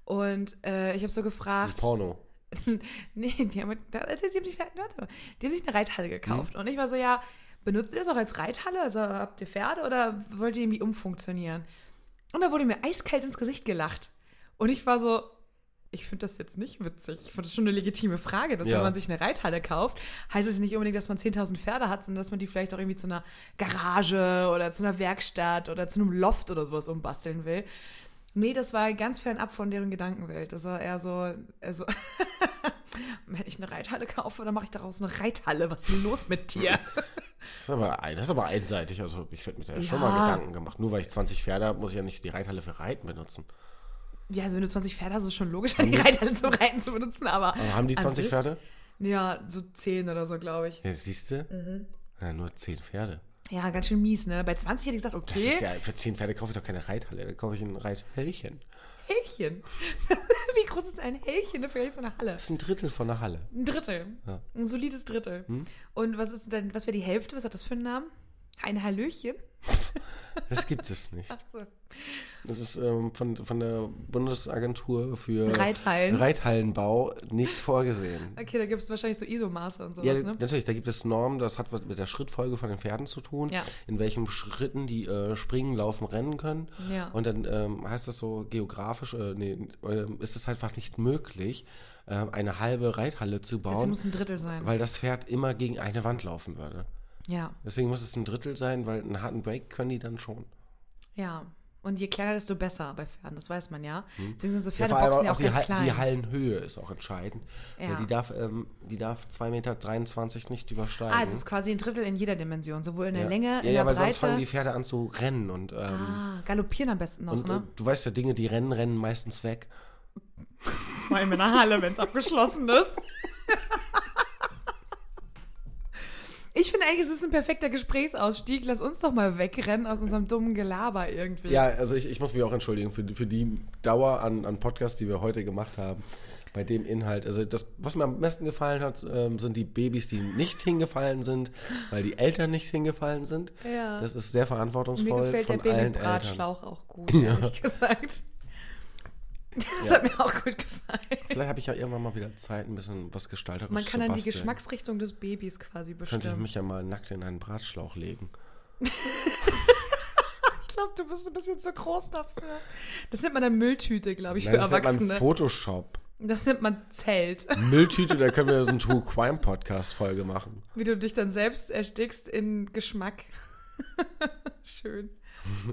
Speaker 3: Und äh, ich habe so
Speaker 4: Ein
Speaker 3: gefragt.
Speaker 4: Porno.
Speaker 3: nee, die haben, da- also die, haben sich, warte mal, die haben sich eine Reithalle gekauft. Und ich war so, ja, benutzt ihr das auch als Reithalle? Also habt ihr Pferde oder wollt ihr irgendwie umfunktionieren? Und da wurde mir eiskalt ins Gesicht gelacht. Und ich war so, ich finde das jetzt nicht witzig. Ich finde das schon eine legitime Frage, dass
Speaker 4: Ja.
Speaker 3: wenn man sich eine Reithalle kauft, heißt es nicht unbedingt, dass man 10.000 Pferde hat, sondern dass man die vielleicht auch irgendwie zu einer Garage oder zu einer Werkstatt oder zu einem Loft oder sowas umbasteln will. Nee, das war ganz fernab von deren Gedankenwelt. Das war eher so, also, wenn ich eine Reithalle kaufe, dann mache ich daraus eine Reithalle. Was ist denn los mit dir?
Speaker 4: Das ist aber, ein- das ist aber einseitig. Also ich werde mir da schon mal
Speaker 3: Ja.
Speaker 4: Gedanken gemacht. Nur weil ich 20 Pferde habe, muss ich ja nicht die Reithalle für Reiten benutzen.
Speaker 3: ja, also wenn du 20 Pferde hast, ist es schon logisch, die Reithalle zum Reiten zu benutzen, aber.
Speaker 4: Aber haben die
Speaker 3: an
Speaker 4: 20
Speaker 3: sich-
Speaker 4: Pferde?
Speaker 3: Ja, so 10 oder so, glaube ich.
Speaker 4: Ja, siehst du?
Speaker 3: Mhm.
Speaker 4: Ja, nur 10 Pferde.
Speaker 3: Ja, ganz schön mies, ne? Bei 20 hätte ich gesagt,
Speaker 4: Das ist
Speaker 3: okay,
Speaker 4: ja, für 10 Pferde kaufe ich doch keine Reithalle. Da kaufe ich ein Reithällchen.
Speaker 3: Hälchen. Wie groß ist ein Hälchen im Vergleich zu einer Halle?
Speaker 4: Das ist ein Drittel von der Halle.
Speaker 3: Ein Drittel.
Speaker 4: Ja. Hm?
Speaker 3: Ein solides Drittel. Und was ist denn, was wäre die Hälfte? Was hat das für einen Namen? Ein Hallöchen?
Speaker 4: Das gibt es nicht.
Speaker 3: Ach so.
Speaker 4: Das ist ähm, von, von der Bundesagentur für
Speaker 3: Reithallen.
Speaker 4: Reithallenbau nicht vorgesehen.
Speaker 3: Okay, da gibt es wahrscheinlich so ISO-Maße und sowas,
Speaker 4: Ja,
Speaker 3: ne?
Speaker 4: natürlich, da gibt es Normen, das hat was mit der Schrittfolge von den Pferden zu tun,
Speaker 3: Ja.
Speaker 4: in welchen Schritten die äh, springen, laufen, rennen können.
Speaker 3: Ja.
Speaker 4: Und dann ähm, heißt das so geografisch, äh, nee, ähm, ist es einfach nicht möglich, ähm, eine halbe Reithalle zu
Speaker 3: Deswegen
Speaker 4: bauen,
Speaker 3: muss ein Drittel sein.
Speaker 4: weil das Pferd immer gegen eine Wand laufen würde.
Speaker 3: ja,
Speaker 4: Deswegen muss es ein Drittel sein, weil einen harten Break können die dann schon.
Speaker 3: ja. Und je kleiner, desto besser bei Pferden, das weiß man ja. Deswegen sind so
Speaker 4: Hm. Ja, vor allem
Speaker 3: Pferdeboxen ja, auch
Speaker 4: die,
Speaker 3: ganz
Speaker 4: Hall-
Speaker 3: klein.
Speaker 4: die Hallenhöhe ist auch entscheidend.
Speaker 3: Ja.
Speaker 4: Weil Die darf, ähm, die darf 2,23 Meter nicht übersteigen.
Speaker 3: ah, also es ist quasi ein Drittel in jeder Dimension, sowohl in
Speaker 4: ne?
Speaker 3: der
Speaker 4: ja.
Speaker 3: Länge, in
Speaker 4: ja,
Speaker 3: der
Speaker 4: ja, weil
Speaker 3: Breite.
Speaker 4: sonst fangen die Pferde an zu rennen und, ähm,
Speaker 3: ah, galoppieren am besten noch,
Speaker 4: und,
Speaker 3: ne?
Speaker 4: und du weißt ja, Dinge, die rennen, rennen meistens weg.
Speaker 3: Vor allem in der Halle, wenn es abgeschlossen ist. Ich finde eigentlich, es ist ein perfekter Gesprächsausstieg. Lass uns doch mal wegrennen aus unserem dummen Gelaber irgendwie.
Speaker 4: Ja, also ich, ich muss mich auch entschuldigen für, für die Dauer an, an Podcasts, die wir heute gemacht haben. Bei dem Inhalt. Also das, was mir am besten gefallen hat, ähm, sind die Babys, die nicht hingefallen sind, weil die Eltern nicht hingefallen sind.
Speaker 3: Ja.
Speaker 4: Das ist sehr
Speaker 3: Mir
Speaker 4: verantwortungsvoll
Speaker 3: gefällt der
Speaker 4: von allen Eltern.
Speaker 3: Babybratschlauch auch gut, ehrlich gesagt. Das hat mir auch gut gefallen.
Speaker 4: Vielleicht habe ich ja irgendwann mal wieder Zeit, ein bisschen was gestalterisches
Speaker 3: Man kann
Speaker 4: zu
Speaker 3: dann die
Speaker 4: basteln.
Speaker 3: Geschmacksrichtung des Babys quasi
Speaker 4: Könnte ich
Speaker 3: bestimmen.
Speaker 4: mich ja mal nackt in einen Bratschlauch legen.
Speaker 3: Ich glaube, du bist ein bisschen zu groß dafür. Das nennt man dann Mülltüte, glaube ich,
Speaker 4: Nein,
Speaker 3: für
Speaker 4: das nennt man
Speaker 3: Erwachsene.
Speaker 4: Photoshop.
Speaker 3: das nennt man Zelt.
Speaker 4: Mülltüte, da können wir so eine True Crime Podcast Folge machen.
Speaker 3: Wie du dich dann selbst erstickst in Geschmack. Schön.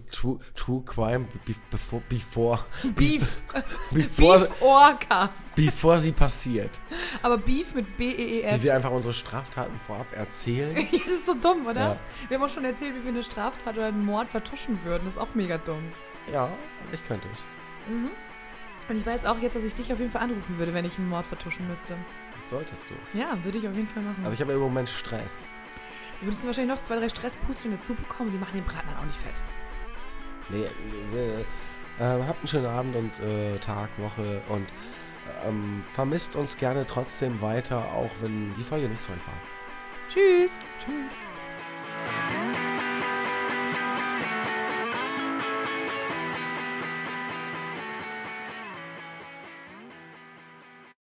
Speaker 4: True, True Crime be- bevor, bevor,
Speaker 3: Beef.
Speaker 4: bevor,
Speaker 3: Beef Orcast.
Speaker 4: bevor sie passiert.
Speaker 3: Aber Beef mit E
Speaker 4: Wie
Speaker 3: B-E-E-F.
Speaker 4: wir einfach unsere Straftaten vorab erzählen.
Speaker 3: Das ist so dumm, oder?
Speaker 4: Ja.
Speaker 3: Wir haben auch schon erzählt, wie wir eine Straftat oder einen Mord vertuschen würden. Das ist auch mega dumm.
Speaker 4: Ja, ich könnte es.
Speaker 3: Und ich weiß auch jetzt, dass ich dich auf jeden Fall anrufen würde, wenn ich einen Mord vertuschen müsste.
Speaker 4: Solltest du.
Speaker 3: Ja, würde ich auf jeden Fall machen.
Speaker 4: Aber ich habe im Moment Stress.
Speaker 3: du würdest wahrscheinlich noch zwei, drei Stresspusteln dazu bekommen, die machen den Braten dann auch nicht fett.
Speaker 4: Nee, äh, äh, habt einen schönen Abend und äh, Tag, Woche und ähm, vermisst uns gerne trotzdem weiter, auch wenn die Folge nichts für euch war.
Speaker 3: Tschüss. Tschüss.